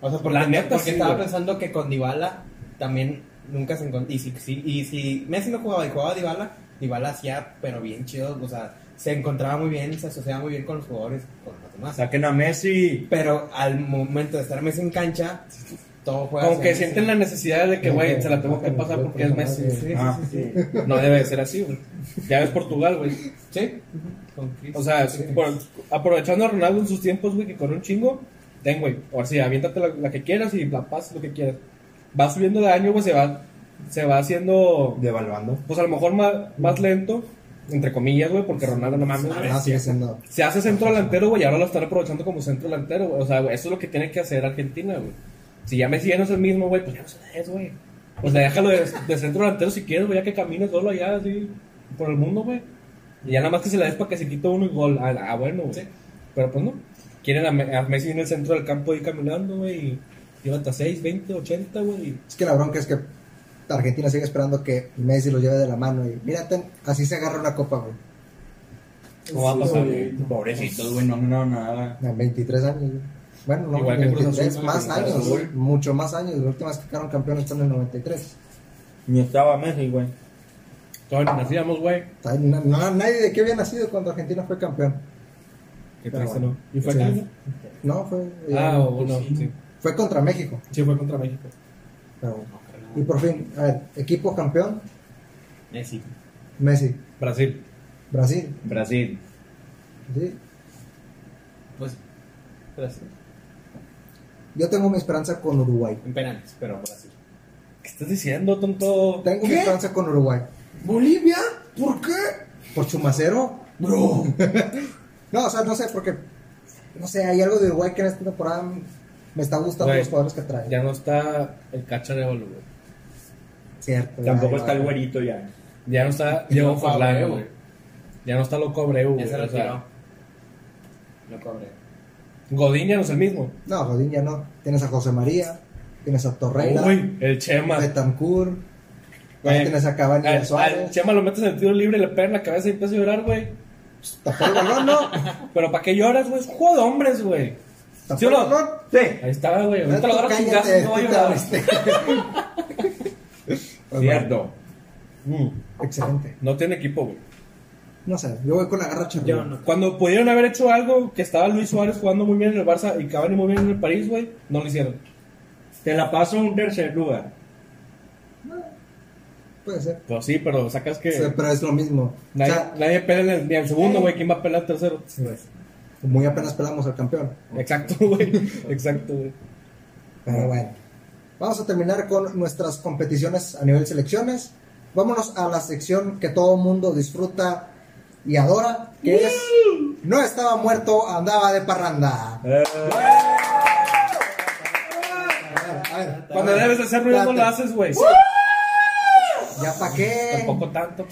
[SPEAKER 6] O sea, porque,
[SPEAKER 4] La neta,
[SPEAKER 6] porque
[SPEAKER 4] sí,
[SPEAKER 6] estaba
[SPEAKER 4] güey.
[SPEAKER 6] pensando que con Dybala también nunca se encontró. Y si, si- y si Messi no jugaba y jugaba Dybala, Dybala hacía, pero bien chido. O sea, se encontraba muy bien, se asociaba muy bien con los jugadores, con los demás.
[SPEAKER 5] Saquen a Messi.
[SPEAKER 6] Pero al momento de estar Messi en cancha, todo juega.
[SPEAKER 4] Como
[SPEAKER 6] hacia
[SPEAKER 4] que
[SPEAKER 6] Messi.
[SPEAKER 4] sienten la necesidad de que, güey, se la tengo que pasar porque es Messi.
[SPEAKER 6] Sí, sí,
[SPEAKER 5] Ah.
[SPEAKER 6] sí, sí.
[SPEAKER 4] No debe de ser así, güey. Ya ves Portugal, güey.
[SPEAKER 6] Sí, ujú, con Chris.
[SPEAKER 4] O sea,
[SPEAKER 6] Sí.
[SPEAKER 4] por- aprovechando a Ronaldo en sus tiempos, güey, que con un chingo, ten, güey. Ahora sí, aviéntate la, la que quieras y la pasas lo que quieras. Va subiendo de año, güey, se va, se va haciendo,
[SPEAKER 5] Devaluando.
[SPEAKER 4] pues a lo mejor más, más lento, entre comillas, güey, porque Ronaldo no mames. güey.
[SPEAKER 3] No, sigue siendo.
[SPEAKER 4] Se hace centro delantero, güey, y ahora lo están aprovechando como centro delantero, güey. O sea, güey, eso es lo que tiene que hacer Argentina, güey. Si ya Messi ya no es el mismo, güey, pues ya no se la des, güey. O sea, déjalo de, de centro delantero si quieres, güey, ya que camine solo allá, así, por el mundo, güey. Y ya nada más que se la des para que se quite uno y gol. Ah, ah, bueno, güey. Pero pues no. Quieren a, Me- a Messi en el centro del campo ahí caminando, güey. Y lleva hasta 6, 20, 80, güey. y-
[SPEAKER 3] Es que la bronca es que Argentina sigue esperando que Messi lo lleve de la mano y mírate, así se agarra una copa, güey.
[SPEAKER 4] No va a pasar, güey.
[SPEAKER 5] Pobrecitos, güey, no han ganado nada.
[SPEAKER 3] A 23 años, güey. Bueno, no,
[SPEAKER 4] Igual que Cruz
[SPEAKER 3] 23,
[SPEAKER 4] Azul,
[SPEAKER 3] más
[SPEAKER 4] Cruz
[SPEAKER 3] años,
[SPEAKER 4] Azul.
[SPEAKER 3] güey, mucho más años. La última vez que quedaron campeones fue en el 93.
[SPEAKER 5] Ni estaba Messi, güey.
[SPEAKER 4] Todavía ni nacíamos, güey.
[SPEAKER 3] Ay, No, no, nadie de qué había nacido cuando Argentina fue campeón.
[SPEAKER 4] Qué
[SPEAKER 3] Pero
[SPEAKER 4] triste,
[SPEAKER 3] bueno.
[SPEAKER 4] ¿no? ¿Y fue
[SPEAKER 3] Sí.
[SPEAKER 4] acá?
[SPEAKER 3] No, fue, eh,
[SPEAKER 4] Ah, o no, sí.
[SPEAKER 3] fue contra México.
[SPEAKER 4] Sí, fue contra México.
[SPEAKER 3] pero- y por fin, a ver, equipo campeón,
[SPEAKER 5] Messi.
[SPEAKER 3] Messi,
[SPEAKER 4] Brasil.
[SPEAKER 3] Brasil.
[SPEAKER 5] Brasil.
[SPEAKER 3] ¿sí?
[SPEAKER 6] Pues, Brasil.
[SPEAKER 3] Yo tengo mi esperanza con Uruguay.
[SPEAKER 6] En penales, pero Brasil.
[SPEAKER 4] ¿Qué estás diciendo, tonto?
[SPEAKER 3] Tengo mi esperanza con Uruguay.
[SPEAKER 5] ¿Bolivia?
[SPEAKER 3] ¿Por qué? ¿Por Chumacero? No. no, o sea, no sé, porque. No sé, hay algo de Uruguay que en esta temporada me está gustando
[SPEAKER 4] Güey,
[SPEAKER 3] los jugadores que trae.
[SPEAKER 4] Ya no está el cacho de güey.
[SPEAKER 3] Cierto.
[SPEAKER 5] Tampoco
[SPEAKER 3] ya,
[SPEAKER 5] está
[SPEAKER 3] ya.
[SPEAKER 5] el güerito ya.
[SPEAKER 4] Ya no está Diego
[SPEAKER 6] Loco
[SPEAKER 4] Forlán,
[SPEAKER 6] Abreu.
[SPEAKER 4] güey. Ya no está Loco Abreu,
[SPEAKER 6] Ya
[SPEAKER 4] güey.
[SPEAKER 6] se
[SPEAKER 4] o
[SPEAKER 6] retiró.
[SPEAKER 4] sea,
[SPEAKER 6] Lo cobré.
[SPEAKER 4] Godín ya no es el mismo.
[SPEAKER 3] No, Rodín ya no. Tienes a José María, tienes a Torreira,
[SPEAKER 4] Uy, el Chema.
[SPEAKER 3] Betancourt,
[SPEAKER 4] Güey,
[SPEAKER 3] tienes a Cavani y a
[SPEAKER 4] Al, al
[SPEAKER 3] Suárez.
[SPEAKER 4] Chema lo metes en el tiro libre, le pega en la cabeza y empieza a llorar, güey.
[SPEAKER 3] Tapó el balón, ¿no?
[SPEAKER 4] Pero ¿para qué lloras, güey? Es un juego de hombres, güey.
[SPEAKER 3] Tapó
[SPEAKER 4] ¿Sí o
[SPEAKER 3] el
[SPEAKER 4] no?
[SPEAKER 3] balón.
[SPEAKER 5] Sí.
[SPEAKER 4] Ahí estaba, güey. Ahorita lo
[SPEAKER 3] Tú
[SPEAKER 4] agarra
[SPEAKER 3] cállate,
[SPEAKER 4] chingazo y no va a
[SPEAKER 3] tú te
[SPEAKER 4] llorar.
[SPEAKER 3] abriste. Pues bueno,
[SPEAKER 5] Cierto.
[SPEAKER 4] Mm,
[SPEAKER 3] excelente.
[SPEAKER 4] No tiene equipo, güey.
[SPEAKER 3] No sé, yo voy con la garra charrúa.
[SPEAKER 6] Yo no.
[SPEAKER 4] Cuando pudieron haber hecho algo, que estaba Luis Suárez jugando muy bien en el Barça y Cavani muy bien en el París, güey, no lo hicieron.
[SPEAKER 5] Te la paso a un tercer lugar.
[SPEAKER 3] Puede ser.
[SPEAKER 4] Pues sí, pero sacas que
[SPEAKER 3] Sí, pero es lo mismo. O
[SPEAKER 4] nadie,
[SPEAKER 3] sea,
[SPEAKER 4] nadie pela en el- ni al segundo, güey. ¿Quién va a pelar al tercero?
[SPEAKER 3] muy apenas pelamos al campeón.
[SPEAKER 4] Exacto, güey. Exacto, güey.
[SPEAKER 3] Pero bueno, vamos a terminar con nuestras competiciones a nivel selecciones. Vámonos a la sección que todo mundo disfruta y adora, que es No estaba muerto, andaba de parranda.
[SPEAKER 5] Eh,
[SPEAKER 3] A ver,
[SPEAKER 4] Cuando debes de hacer ruido, no lo
[SPEAKER 3] Espérate.
[SPEAKER 4] haces, güey.
[SPEAKER 3] ¿Ya pa' qué?
[SPEAKER 4] Tampoco tanto, pa.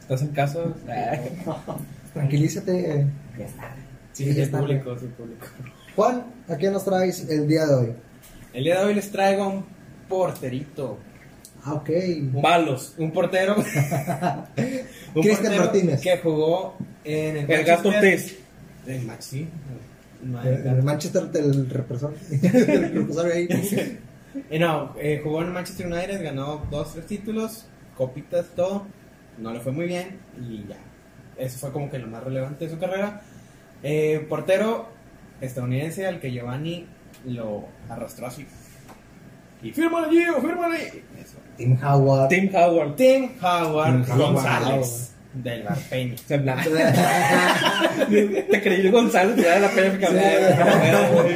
[SPEAKER 4] Estás en casa.
[SPEAKER 3] Tranquilízate.
[SPEAKER 6] Sí,
[SPEAKER 3] ya
[SPEAKER 6] sí,
[SPEAKER 3] está.
[SPEAKER 6] público, sí, público.
[SPEAKER 3] Juan, ¿a quién nos traes el día de hoy?
[SPEAKER 6] El día de hoy les traigo un porterito.
[SPEAKER 3] Ah, ok.
[SPEAKER 4] Balos.
[SPEAKER 6] Un portero. un
[SPEAKER 3] Cristian
[SPEAKER 6] portero
[SPEAKER 3] Martínez.
[SPEAKER 6] Que jugó en el.
[SPEAKER 4] El gato
[SPEAKER 6] Manchester-
[SPEAKER 4] Ortiz.
[SPEAKER 6] El Eh, Maxi.
[SPEAKER 3] El el Manchester del represor. El represor ahí.
[SPEAKER 6] Eh, no, eh, jugó en Manchester United, ganó dos, tres títulos, copitas, todo. No le fue muy bien y ya. Eso fue como que lo más relevante de su carrera. Eh, portero estadounidense al que Giovanni lo arrastró así. Y fírmale, Gio, fírmale. Eso.
[SPEAKER 3] Tim Howard.
[SPEAKER 4] Tim Howard.
[SPEAKER 6] Tim
[SPEAKER 3] Tim
[SPEAKER 6] Howard
[SPEAKER 3] Howard.
[SPEAKER 6] González del Barpeña.
[SPEAKER 4] O sea, nah. Te creí el González, te da la pena que hablaba.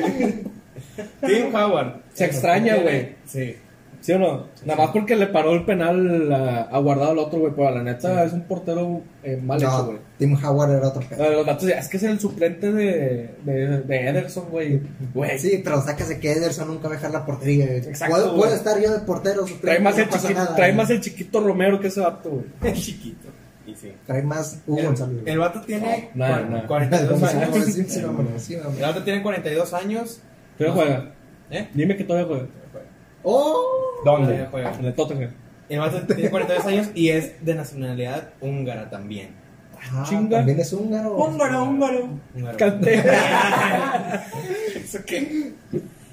[SPEAKER 6] Tim Howard.
[SPEAKER 4] Se extraña, güey.
[SPEAKER 6] Sí.
[SPEAKER 4] ¿Sí o no? Nada más porque le paró el penal a, a guardado al otro, güey. Pero la neta es un portero eh, mal hecho,
[SPEAKER 3] No,
[SPEAKER 4] güey.
[SPEAKER 3] Tim Howard era otro pedo.
[SPEAKER 4] No, Los datos, es que es el suplente de, de, de Ederson, güey. Güey,
[SPEAKER 3] Sí, pero sácase que Ederson nunca va a dejar la portería. güey.
[SPEAKER 4] Exacto,
[SPEAKER 3] Puedo,
[SPEAKER 4] güey.
[SPEAKER 3] puedo estar yo de portero. suplente,
[SPEAKER 4] Trae más,
[SPEAKER 3] no
[SPEAKER 4] el
[SPEAKER 3] pasa
[SPEAKER 4] chiquito,
[SPEAKER 3] nada, eh.
[SPEAKER 4] trae
[SPEAKER 3] güey.
[SPEAKER 4] más el chiquito Romero que ese vato, güey.
[SPEAKER 6] El chiquito. Y sí.
[SPEAKER 3] Trae más Hugo González.
[SPEAKER 6] El, el vato tiene
[SPEAKER 4] No,
[SPEAKER 6] cuar-
[SPEAKER 4] no.
[SPEAKER 6] 42
[SPEAKER 3] González,
[SPEAKER 6] años.
[SPEAKER 3] sí, sí, vámonos, sí, vámonos.
[SPEAKER 6] El vato tiene 42 años.
[SPEAKER 4] Pero juega.
[SPEAKER 6] ¿Eh?
[SPEAKER 4] Dime que todavía juega.
[SPEAKER 3] ¡Oh!
[SPEAKER 6] Todavía
[SPEAKER 5] ¿Dónde?
[SPEAKER 6] juega.
[SPEAKER 4] En el Tottenham.
[SPEAKER 6] El vato tiene 42 años y es de nacionalidad húngara también.
[SPEAKER 3] Ah,
[SPEAKER 4] Chinga.
[SPEAKER 3] También es húngaro.
[SPEAKER 5] húngaro.
[SPEAKER 6] Húngaro.
[SPEAKER 4] Cantera.
[SPEAKER 6] ¿Eso qué?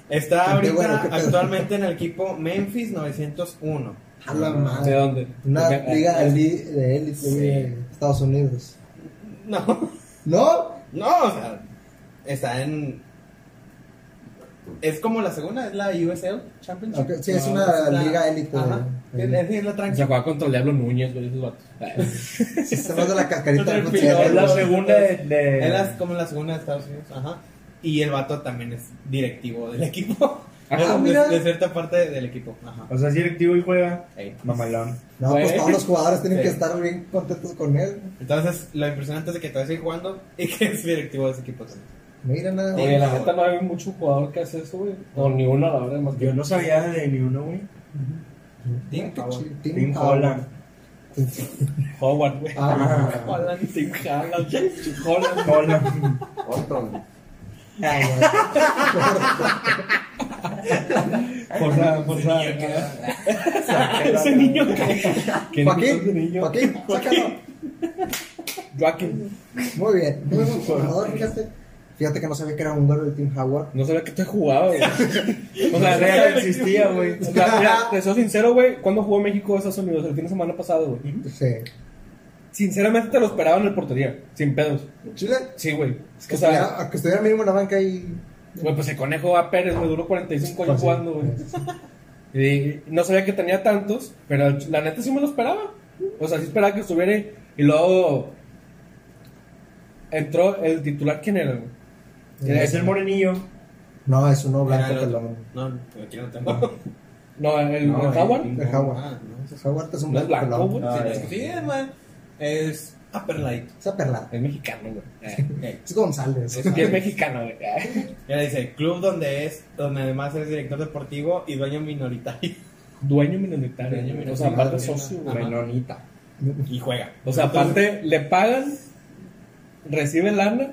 [SPEAKER 6] Está
[SPEAKER 3] Qué bueno,
[SPEAKER 6] ahorita
[SPEAKER 3] qué pedo.
[SPEAKER 6] actualmente en el equipo Memphis 901.
[SPEAKER 3] A la
[SPEAKER 4] Ah. ¿De
[SPEAKER 3] madre.
[SPEAKER 4] dónde?
[SPEAKER 3] Ah,
[SPEAKER 4] ah, eh,
[SPEAKER 3] Una
[SPEAKER 4] De-
[SPEAKER 3] liga de li- de élite de Estados Unidos.
[SPEAKER 6] No,
[SPEAKER 3] ¿No?
[SPEAKER 6] no, o sea, está en. Es como la segunda, es la USL Championship.
[SPEAKER 3] Ok, sí, es
[SPEAKER 6] No,
[SPEAKER 3] una
[SPEAKER 6] la-
[SPEAKER 3] liga élite.
[SPEAKER 6] Ajá. Es, es la
[SPEAKER 4] eh, Se
[SPEAKER 6] tranquila.
[SPEAKER 4] juega contra el Diablo Núñez, güey, esos vatos.
[SPEAKER 3] Ah, Sí, Se manda la cascarita del
[SPEAKER 6] Otro
[SPEAKER 3] Monterrey,
[SPEAKER 6] pilón,
[SPEAKER 5] Es la
[SPEAKER 3] güey.
[SPEAKER 5] segunda de.
[SPEAKER 6] Es la-
[SPEAKER 5] de...
[SPEAKER 6] como la segunda de Estados Unidos. Ajá. Y el vato también es directivo del equipo.
[SPEAKER 4] Ajá,
[SPEAKER 6] De-
[SPEAKER 3] mira.
[SPEAKER 6] de, cierta parte del equipo. Ajá.
[SPEAKER 5] O sea, es directivo y juega.
[SPEAKER 6] Ey.
[SPEAKER 5] Mamalón.
[SPEAKER 3] No, pues
[SPEAKER 4] Güey.
[SPEAKER 3] todos los jugadores tienen que
[SPEAKER 6] Sí.
[SPEAKER 3] estar bien contentos con él.
[SPEAKER 6] Entonces, lo impresionante es de que todavía sigue jugando y que es directivo de ese equipo también.
[SPEAKER 3] Mira nada.
[SPEAKER 4] Oye, la neta no hay mucho jugador que hace eso, güey. O ni uno, la verdad, más
[SPEAKER 5] Yo
[SPEAKER 4] bien.
[SPEAKER 5] no sabía de ni uno, güey.
[SPEAKER 3] Tim
[SPEAKER 6] Tim
[SPEAKER 3] Howard.
[SPEAKER 6] Howard.
[SPEAKER 5] Tim Holland.
[SPEAKER 4] Howard, güey.
[SPEAKER 3] Ah,
[SPEAKER 4] Holland, Tim Haaland, Holland.
[SPEAKER 5] Holland.
[SPEAKER 7] Otro.
[SPEAKER 4] Forza, forza. Ese niño que.
[SPEAKER 3] Joaquín, Joaquín, sácalo.
[SPEAKER 4] Joaquín.
[SPEAKER 3] Muy bien. Muy buen jugador, fíjate. Fíjate que no sabía que era un gol el Team Howard.
[SPEAKER 4] No sabía que te jugaba, güey. O sea, real existía, güey. O sea, mira, te soy sincero, güey. ¿Cuándo jugó México a Estados Unidos? El fin de semana pasado, güey.
[SPEAKER 3] Sí.
[SPEAKER 4] Sinceramente te lo esperaba en el portería. Sin pedos.
[SPEAKER 3] Chile,
[SPEAKER 4] Sí, güey. Es
[SPEAKER 3] que, estuviera, que estuviera mínimo en la banca y.
[SPEAKER 4] Güey, pues el conejo a Pérez me duró 45 años
[SPEAKER 3] Pues sí.
[SPEAKER 4] jugando, güey. Y no sabía que tenía tantos, pero la neta sí me lo esperaba. O sea, sí esperaba que estuviera. Y luego entró el titular, ¿quién era? güey? Este, Era
[SPEAKER 5] Es el morenillo.
[SPEAKER 3] No, es uno
[SPEAKER 6] Era
[SPEAKER 3] blanco,
[SPEAKER 6] el otro.
[SPEAKER 3] pelón.
[SPEAKER 6] No, aquí no tengo.
[SPEAKER 4] No, el
[SPEAKER 5] No,
[SPEAKER 4] el Howard.
[SPEAKER 5] el-
[SPEAKER 3] El Howard.
[SPEAKER 6] Ah, no.
[SPEAKER 3] El Howard es un
[SPEAKER 4] No es
[SPEAKER 3] blanco,
[SPEAKER 4] blanco,
[SPEAKER 3] pelón.
[SPEAKER 4] güey.
[SPEAKER 5] Ah,
[SPEAKER 6] Sí,
[SPEAKER 5] ya.
[SPEAKER 6] es que sí, es, güey. Es Upper Light.
[SPEAKER 3] Esa perla.
[SPEAKER 4] Es mexicano, güey.
[SPEAKER 6] Eh,
[SPEAKER 3] Es González.
[SPEAKER 6] Es-
[SPEAKER 4] Es que es mexicano, güey. Eh,
[SPEAKER 6] Mira, dice, club donde es, donde además es director deportivo y dueño minoritario.
[SPEAKER 4] Dueño minoritario.
[SPEAKER 6] Dueño
[SPEAKER 4] güey. O sea,
[SPEAKER 6] minoritario.
[SPEAKER 4] aparte es socio, güey.
[SPEAKER 6] Ajá.
[SPEAKER 5] Menonita.
[SPEAKER 6] Y juega.
[SPEAKER 4] O sea, aparte le pagan, recibe lana,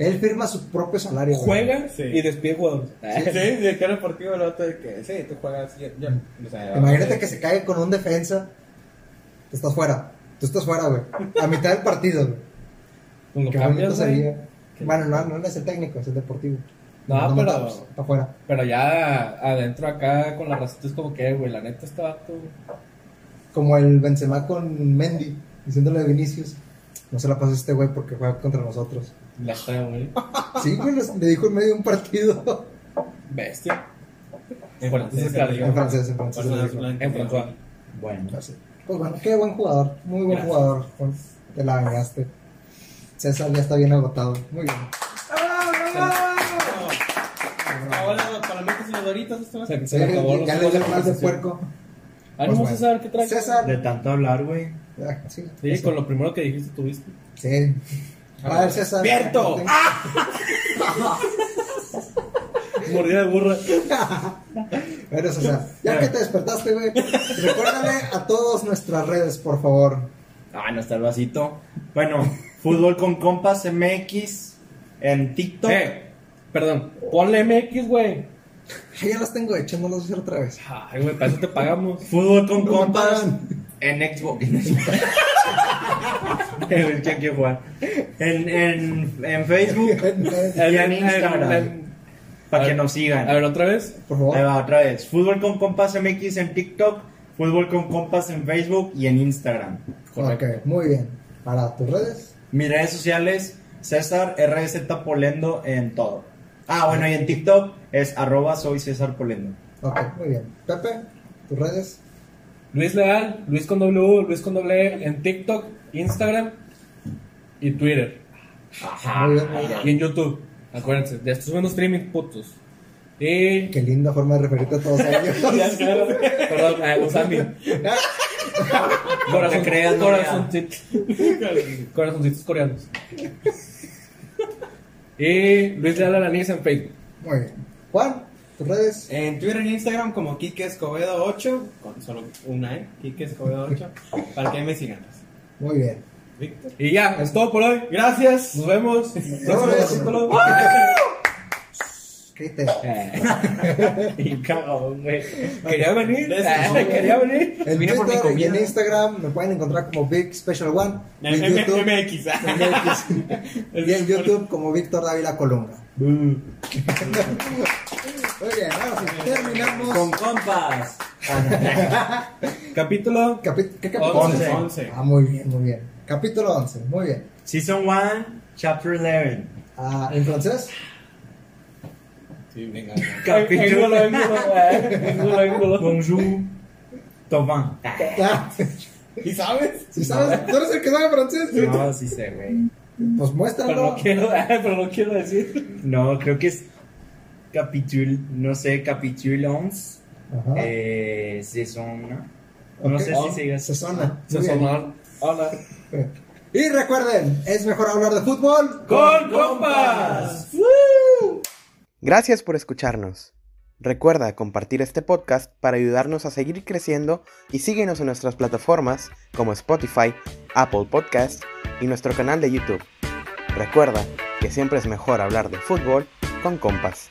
[SPEAKER 3] Él firma su propio salario. güey.
[SPEAKER 4] juega
[SPEAKER 6] Sí.
[SPEAKER 4] y despide Eh, jugadores.
[SPEAKER 6] Sí, sí, director deportivo, el otro de que, sí, tú juegas. Yo, yo, o sea,
[SPEAKER 3] Imagínate
[SPEAKER 6] eh,
[SPEAKER 3] que se cae con un defensa. Tú estás fuera. Tú estás fuera, güey. A mitad del partido, güey.
[SPEAKER 4] Pues lo
[SPEAKER 3] Qué bonito
[SPEAKER 4] cambias, güey.
[SPEAKER 3] sería. Bueno, no, no es el técnico, es el deportivo.
[SPEAKER 4] No,
[SPEAKER 3] Nomás
[SPEAKER 4] pero-
[SPEAKER 3] está- Está afuera.
[SPEAKER 4] Pero ya adentro acá con la racita es como que, güey, la neta este vato, güey.
[SPEAKER 3] Como el Benzema con Mendy, diciéndole de Vinicius. No se la pasa a este güey porque juega contra nosotros.
[SPEAKER 4] La está, güey.
[SPEAKER 3] Sí, güey, les- le dijo en medio de un partido.
[SPEAKER 4] Bestia.
[SPEAKER 6] En
[SPEAKER 4] Bueno, entonces,
[SPEAKER 6] francés, en
[SPEAKER 4] claro,
[SPEAKER 3] En francés, en francés.
[SPEAKER 6] Barcelona es blanco,
[SPEAKER 4] En François.
[SPEAKER 5] Bueno.
[SPEAKER 3] Así. Pues bueno, qué buen jugador. Muy buen
[SPEAKER 4] Gracias.
[SPEAKER 3] jugador, Juan. Te la ganaste. César ya está bien agotado. Muy bien.
[SPEAKER 6] Ahora, para mí, que son los doritos, esto va a
[SPEAKER 4] O sea,
[SPEAKER 6] ser.
[SPEAKER 4] que se le acabó
[SPEAKER 3] Ya,
[SPEAKER 4] los
[SPEAKER 3] ya le
[SPEAKER 4] goles
[SPEAKER 3] dio
[SPEAKER 4] de
[SPEAKER 3] más de
[SPEAKER 4] protección.
[SPEAKER 3] puerco.
[SPEAKER 4] Ánimo,
[SPEAKER 3] Pues bueno.
[SPEAKER 4] César, ¿qué traes?
[SPEAKER 3] César.
[SPEAKER 5] De tanto hablar, güey.
[SPEAKER 3] Ah, Sí,
[SPEAKER 4] Sí, con lo primero que dijiste tuviste.
[SPEAKER 3] Sí. A ver, César.
[SPEAKER 6] ¡Cierto!
[SPEAKER 4] Mordida de burra.
[SPEAKER 3] Pero César, ya que te despertaste, güey, recuérdame a todos nuestras redes, por favor.
[SPEAKER 5] Ah, no está el vasito. Bueno, fútbol con compas MX en TikTok.
[SPEAKER 4] Eh, perdón. Ponle MX, güey.
[SPEAKER 3] Ay, Ya las tengo hechas, no las voy a hacer otra vez.
[SPEAKER 4] Ay, güey, para eso te pagamos.
[SPEAKER 5] Fútbol con
[SPEAKER 3] No me
[SPEAKER 5] compas
[SPEAKER 3] pagan.
[SPEAKER 5] en Xbox. El que quiere jugar. En, en, en Facebook y en Instagram. Para que nos
[SPEAKER 4] Eh, A
[SPEAKER 5] sigan.
[SPEAKER 4] ver, otra vez.
[SPEAKER 3] Por
[SPEAKER 5] Ahí
[SPEAKER 3] favor.
[SPEAKER 5] va, otra vez. Fútbol con compas MX en TikTok. Fútbol con compas en Facebook y en Instagram.
[SPEAKER 3] Ok, muy bien. Para tus redes.
[SPEAKER 5] Mis redes sociales, César RZ Polendo en todo. Ah, bueno, y en TikTok es arroba soy César Polendo.
[SPEAKER 3] Ok, muy bien. Pepe, tus redes.
[SPEAKER 4] Luis Leal, Luis con W, Luis con W en TikTok, Instagram y Twitter.
[SPEAKER 3] Muy bien, muy bien.
[SPEAKER 4] Y en YouTube. Acuérdense, de estos buenos streaming putos. Y
[SPEAKER 3] Qué linda forma de referirte a todos
[SPEAKER 4] Ya,
[SPEAKER 3] ellos.
[SPEAKER 4] claro. Perdón, eh, Usami. Corazón,
[SPEAKER 5] te creas, no,
[SPEAKER 4] corazoncito- Corazoncitos coreanos. Y Luis Leal Alanis en Facebook.
[SPEAKER 3] Muy bien. Juan, tus redes.
[SPEAKER 5] Eh.
[SPEAKER 6] En Twitter e Instagram como Kike Escobedo 8, con solo una, ¿eh? Kike Escobedo 8, para que me sigan.
[SPEAKER 3] Muy bien.
[SPEAKER 6] Víctor.
[SPEAKER 4] Y ya, es todo por hoy. Gracias. Nos vemos. Próximo
[SPEAKER 3] vemos.
[SPEAKER 4] capítulo.
[SPEAKER 3] ¿Qué te?
[SPEAKER 5] Eh, Y cagón, güey.
[SPEAKER 4] Quería venir. eh, Quería venir.
[SPEAKER 3] En
[SPEAKER 5] Vine por mi
[SPEAKER 3] Twitter y en
[SPEAKER 5] comida.
[SPEAKER 3] Instagram me pueden encontrar como Big Special One. Y en YouTube,
[SPEAKER 6] MX.
[SPEAKER 3] y en YouTube como Víctor Dávila Colunga.
[SPEAKER 5] Mm.
[SPEAKER 3] Muy bien, ahora sí, terminamos.
[SPEAKER 5] Con compas.
[SPEAKER 4] Capítulo.
[SPEAKER 3] Capi- ¿Qué capítulo?
[SPEAKER 5] Once.
[SPEAKER 3] Ah, muy bien, muy bien. Capítulo 11, muy bien.
[SPEAKER 5] Season 1, Chapter 11.
[SPEAKER 3] Ah, en francés,
[SPEAKER 6] Sí, venga.
[SPEAKER 4] Capítulo.
[SPEAKER 5] Capítulo.
[SPEAKER 4] eh. Ángulo, ángulo.
[SPEAKER 5] Bonjour. Toma.
[SPEAKER 3] Ah,
[SPEAKER 6] ¿Y sabes?
[SPEAKER 3] si sabes, tú eres el que sabe francés,
[SPEAKER 5] No, sí sé, güey.
[SPEAKER 3] pues
[SPEAKER 4] Pero
[SPEAKER 3] muéstralo.
[SPEAKER 4] no quiero, pero no quiero decir.
[SPEAKER 5] No, creo que es capítulo, no sé, capítulo 11.
[SPEAKER 3] Ajá.
[SPEAKER 5] Eh, saison 1. No
[SPEAKER 3] Ok.
[SPEAKER 5] sé si se diga
[SPEAKER 3] Se suena.
[SPEAKER 4] Se
[SPEAKER 3] muy bien.
[SPEAKER 4] sonaron. Hola.
[SPEAKER 3] Y recuerden, es mejor hablar de fútbol
[SPEAKER 4] Con compas.
[SPEAKER 1] Gracias por escucharnos. Recuerda compartir este podcast para ayudarnos a seguir creciendo y síguenos en nuestras plataformas como Spotify, Apple Podcast y nuestro canal de YouTube. Recuerda, que siempre es mejor hablar de fútbol con compas.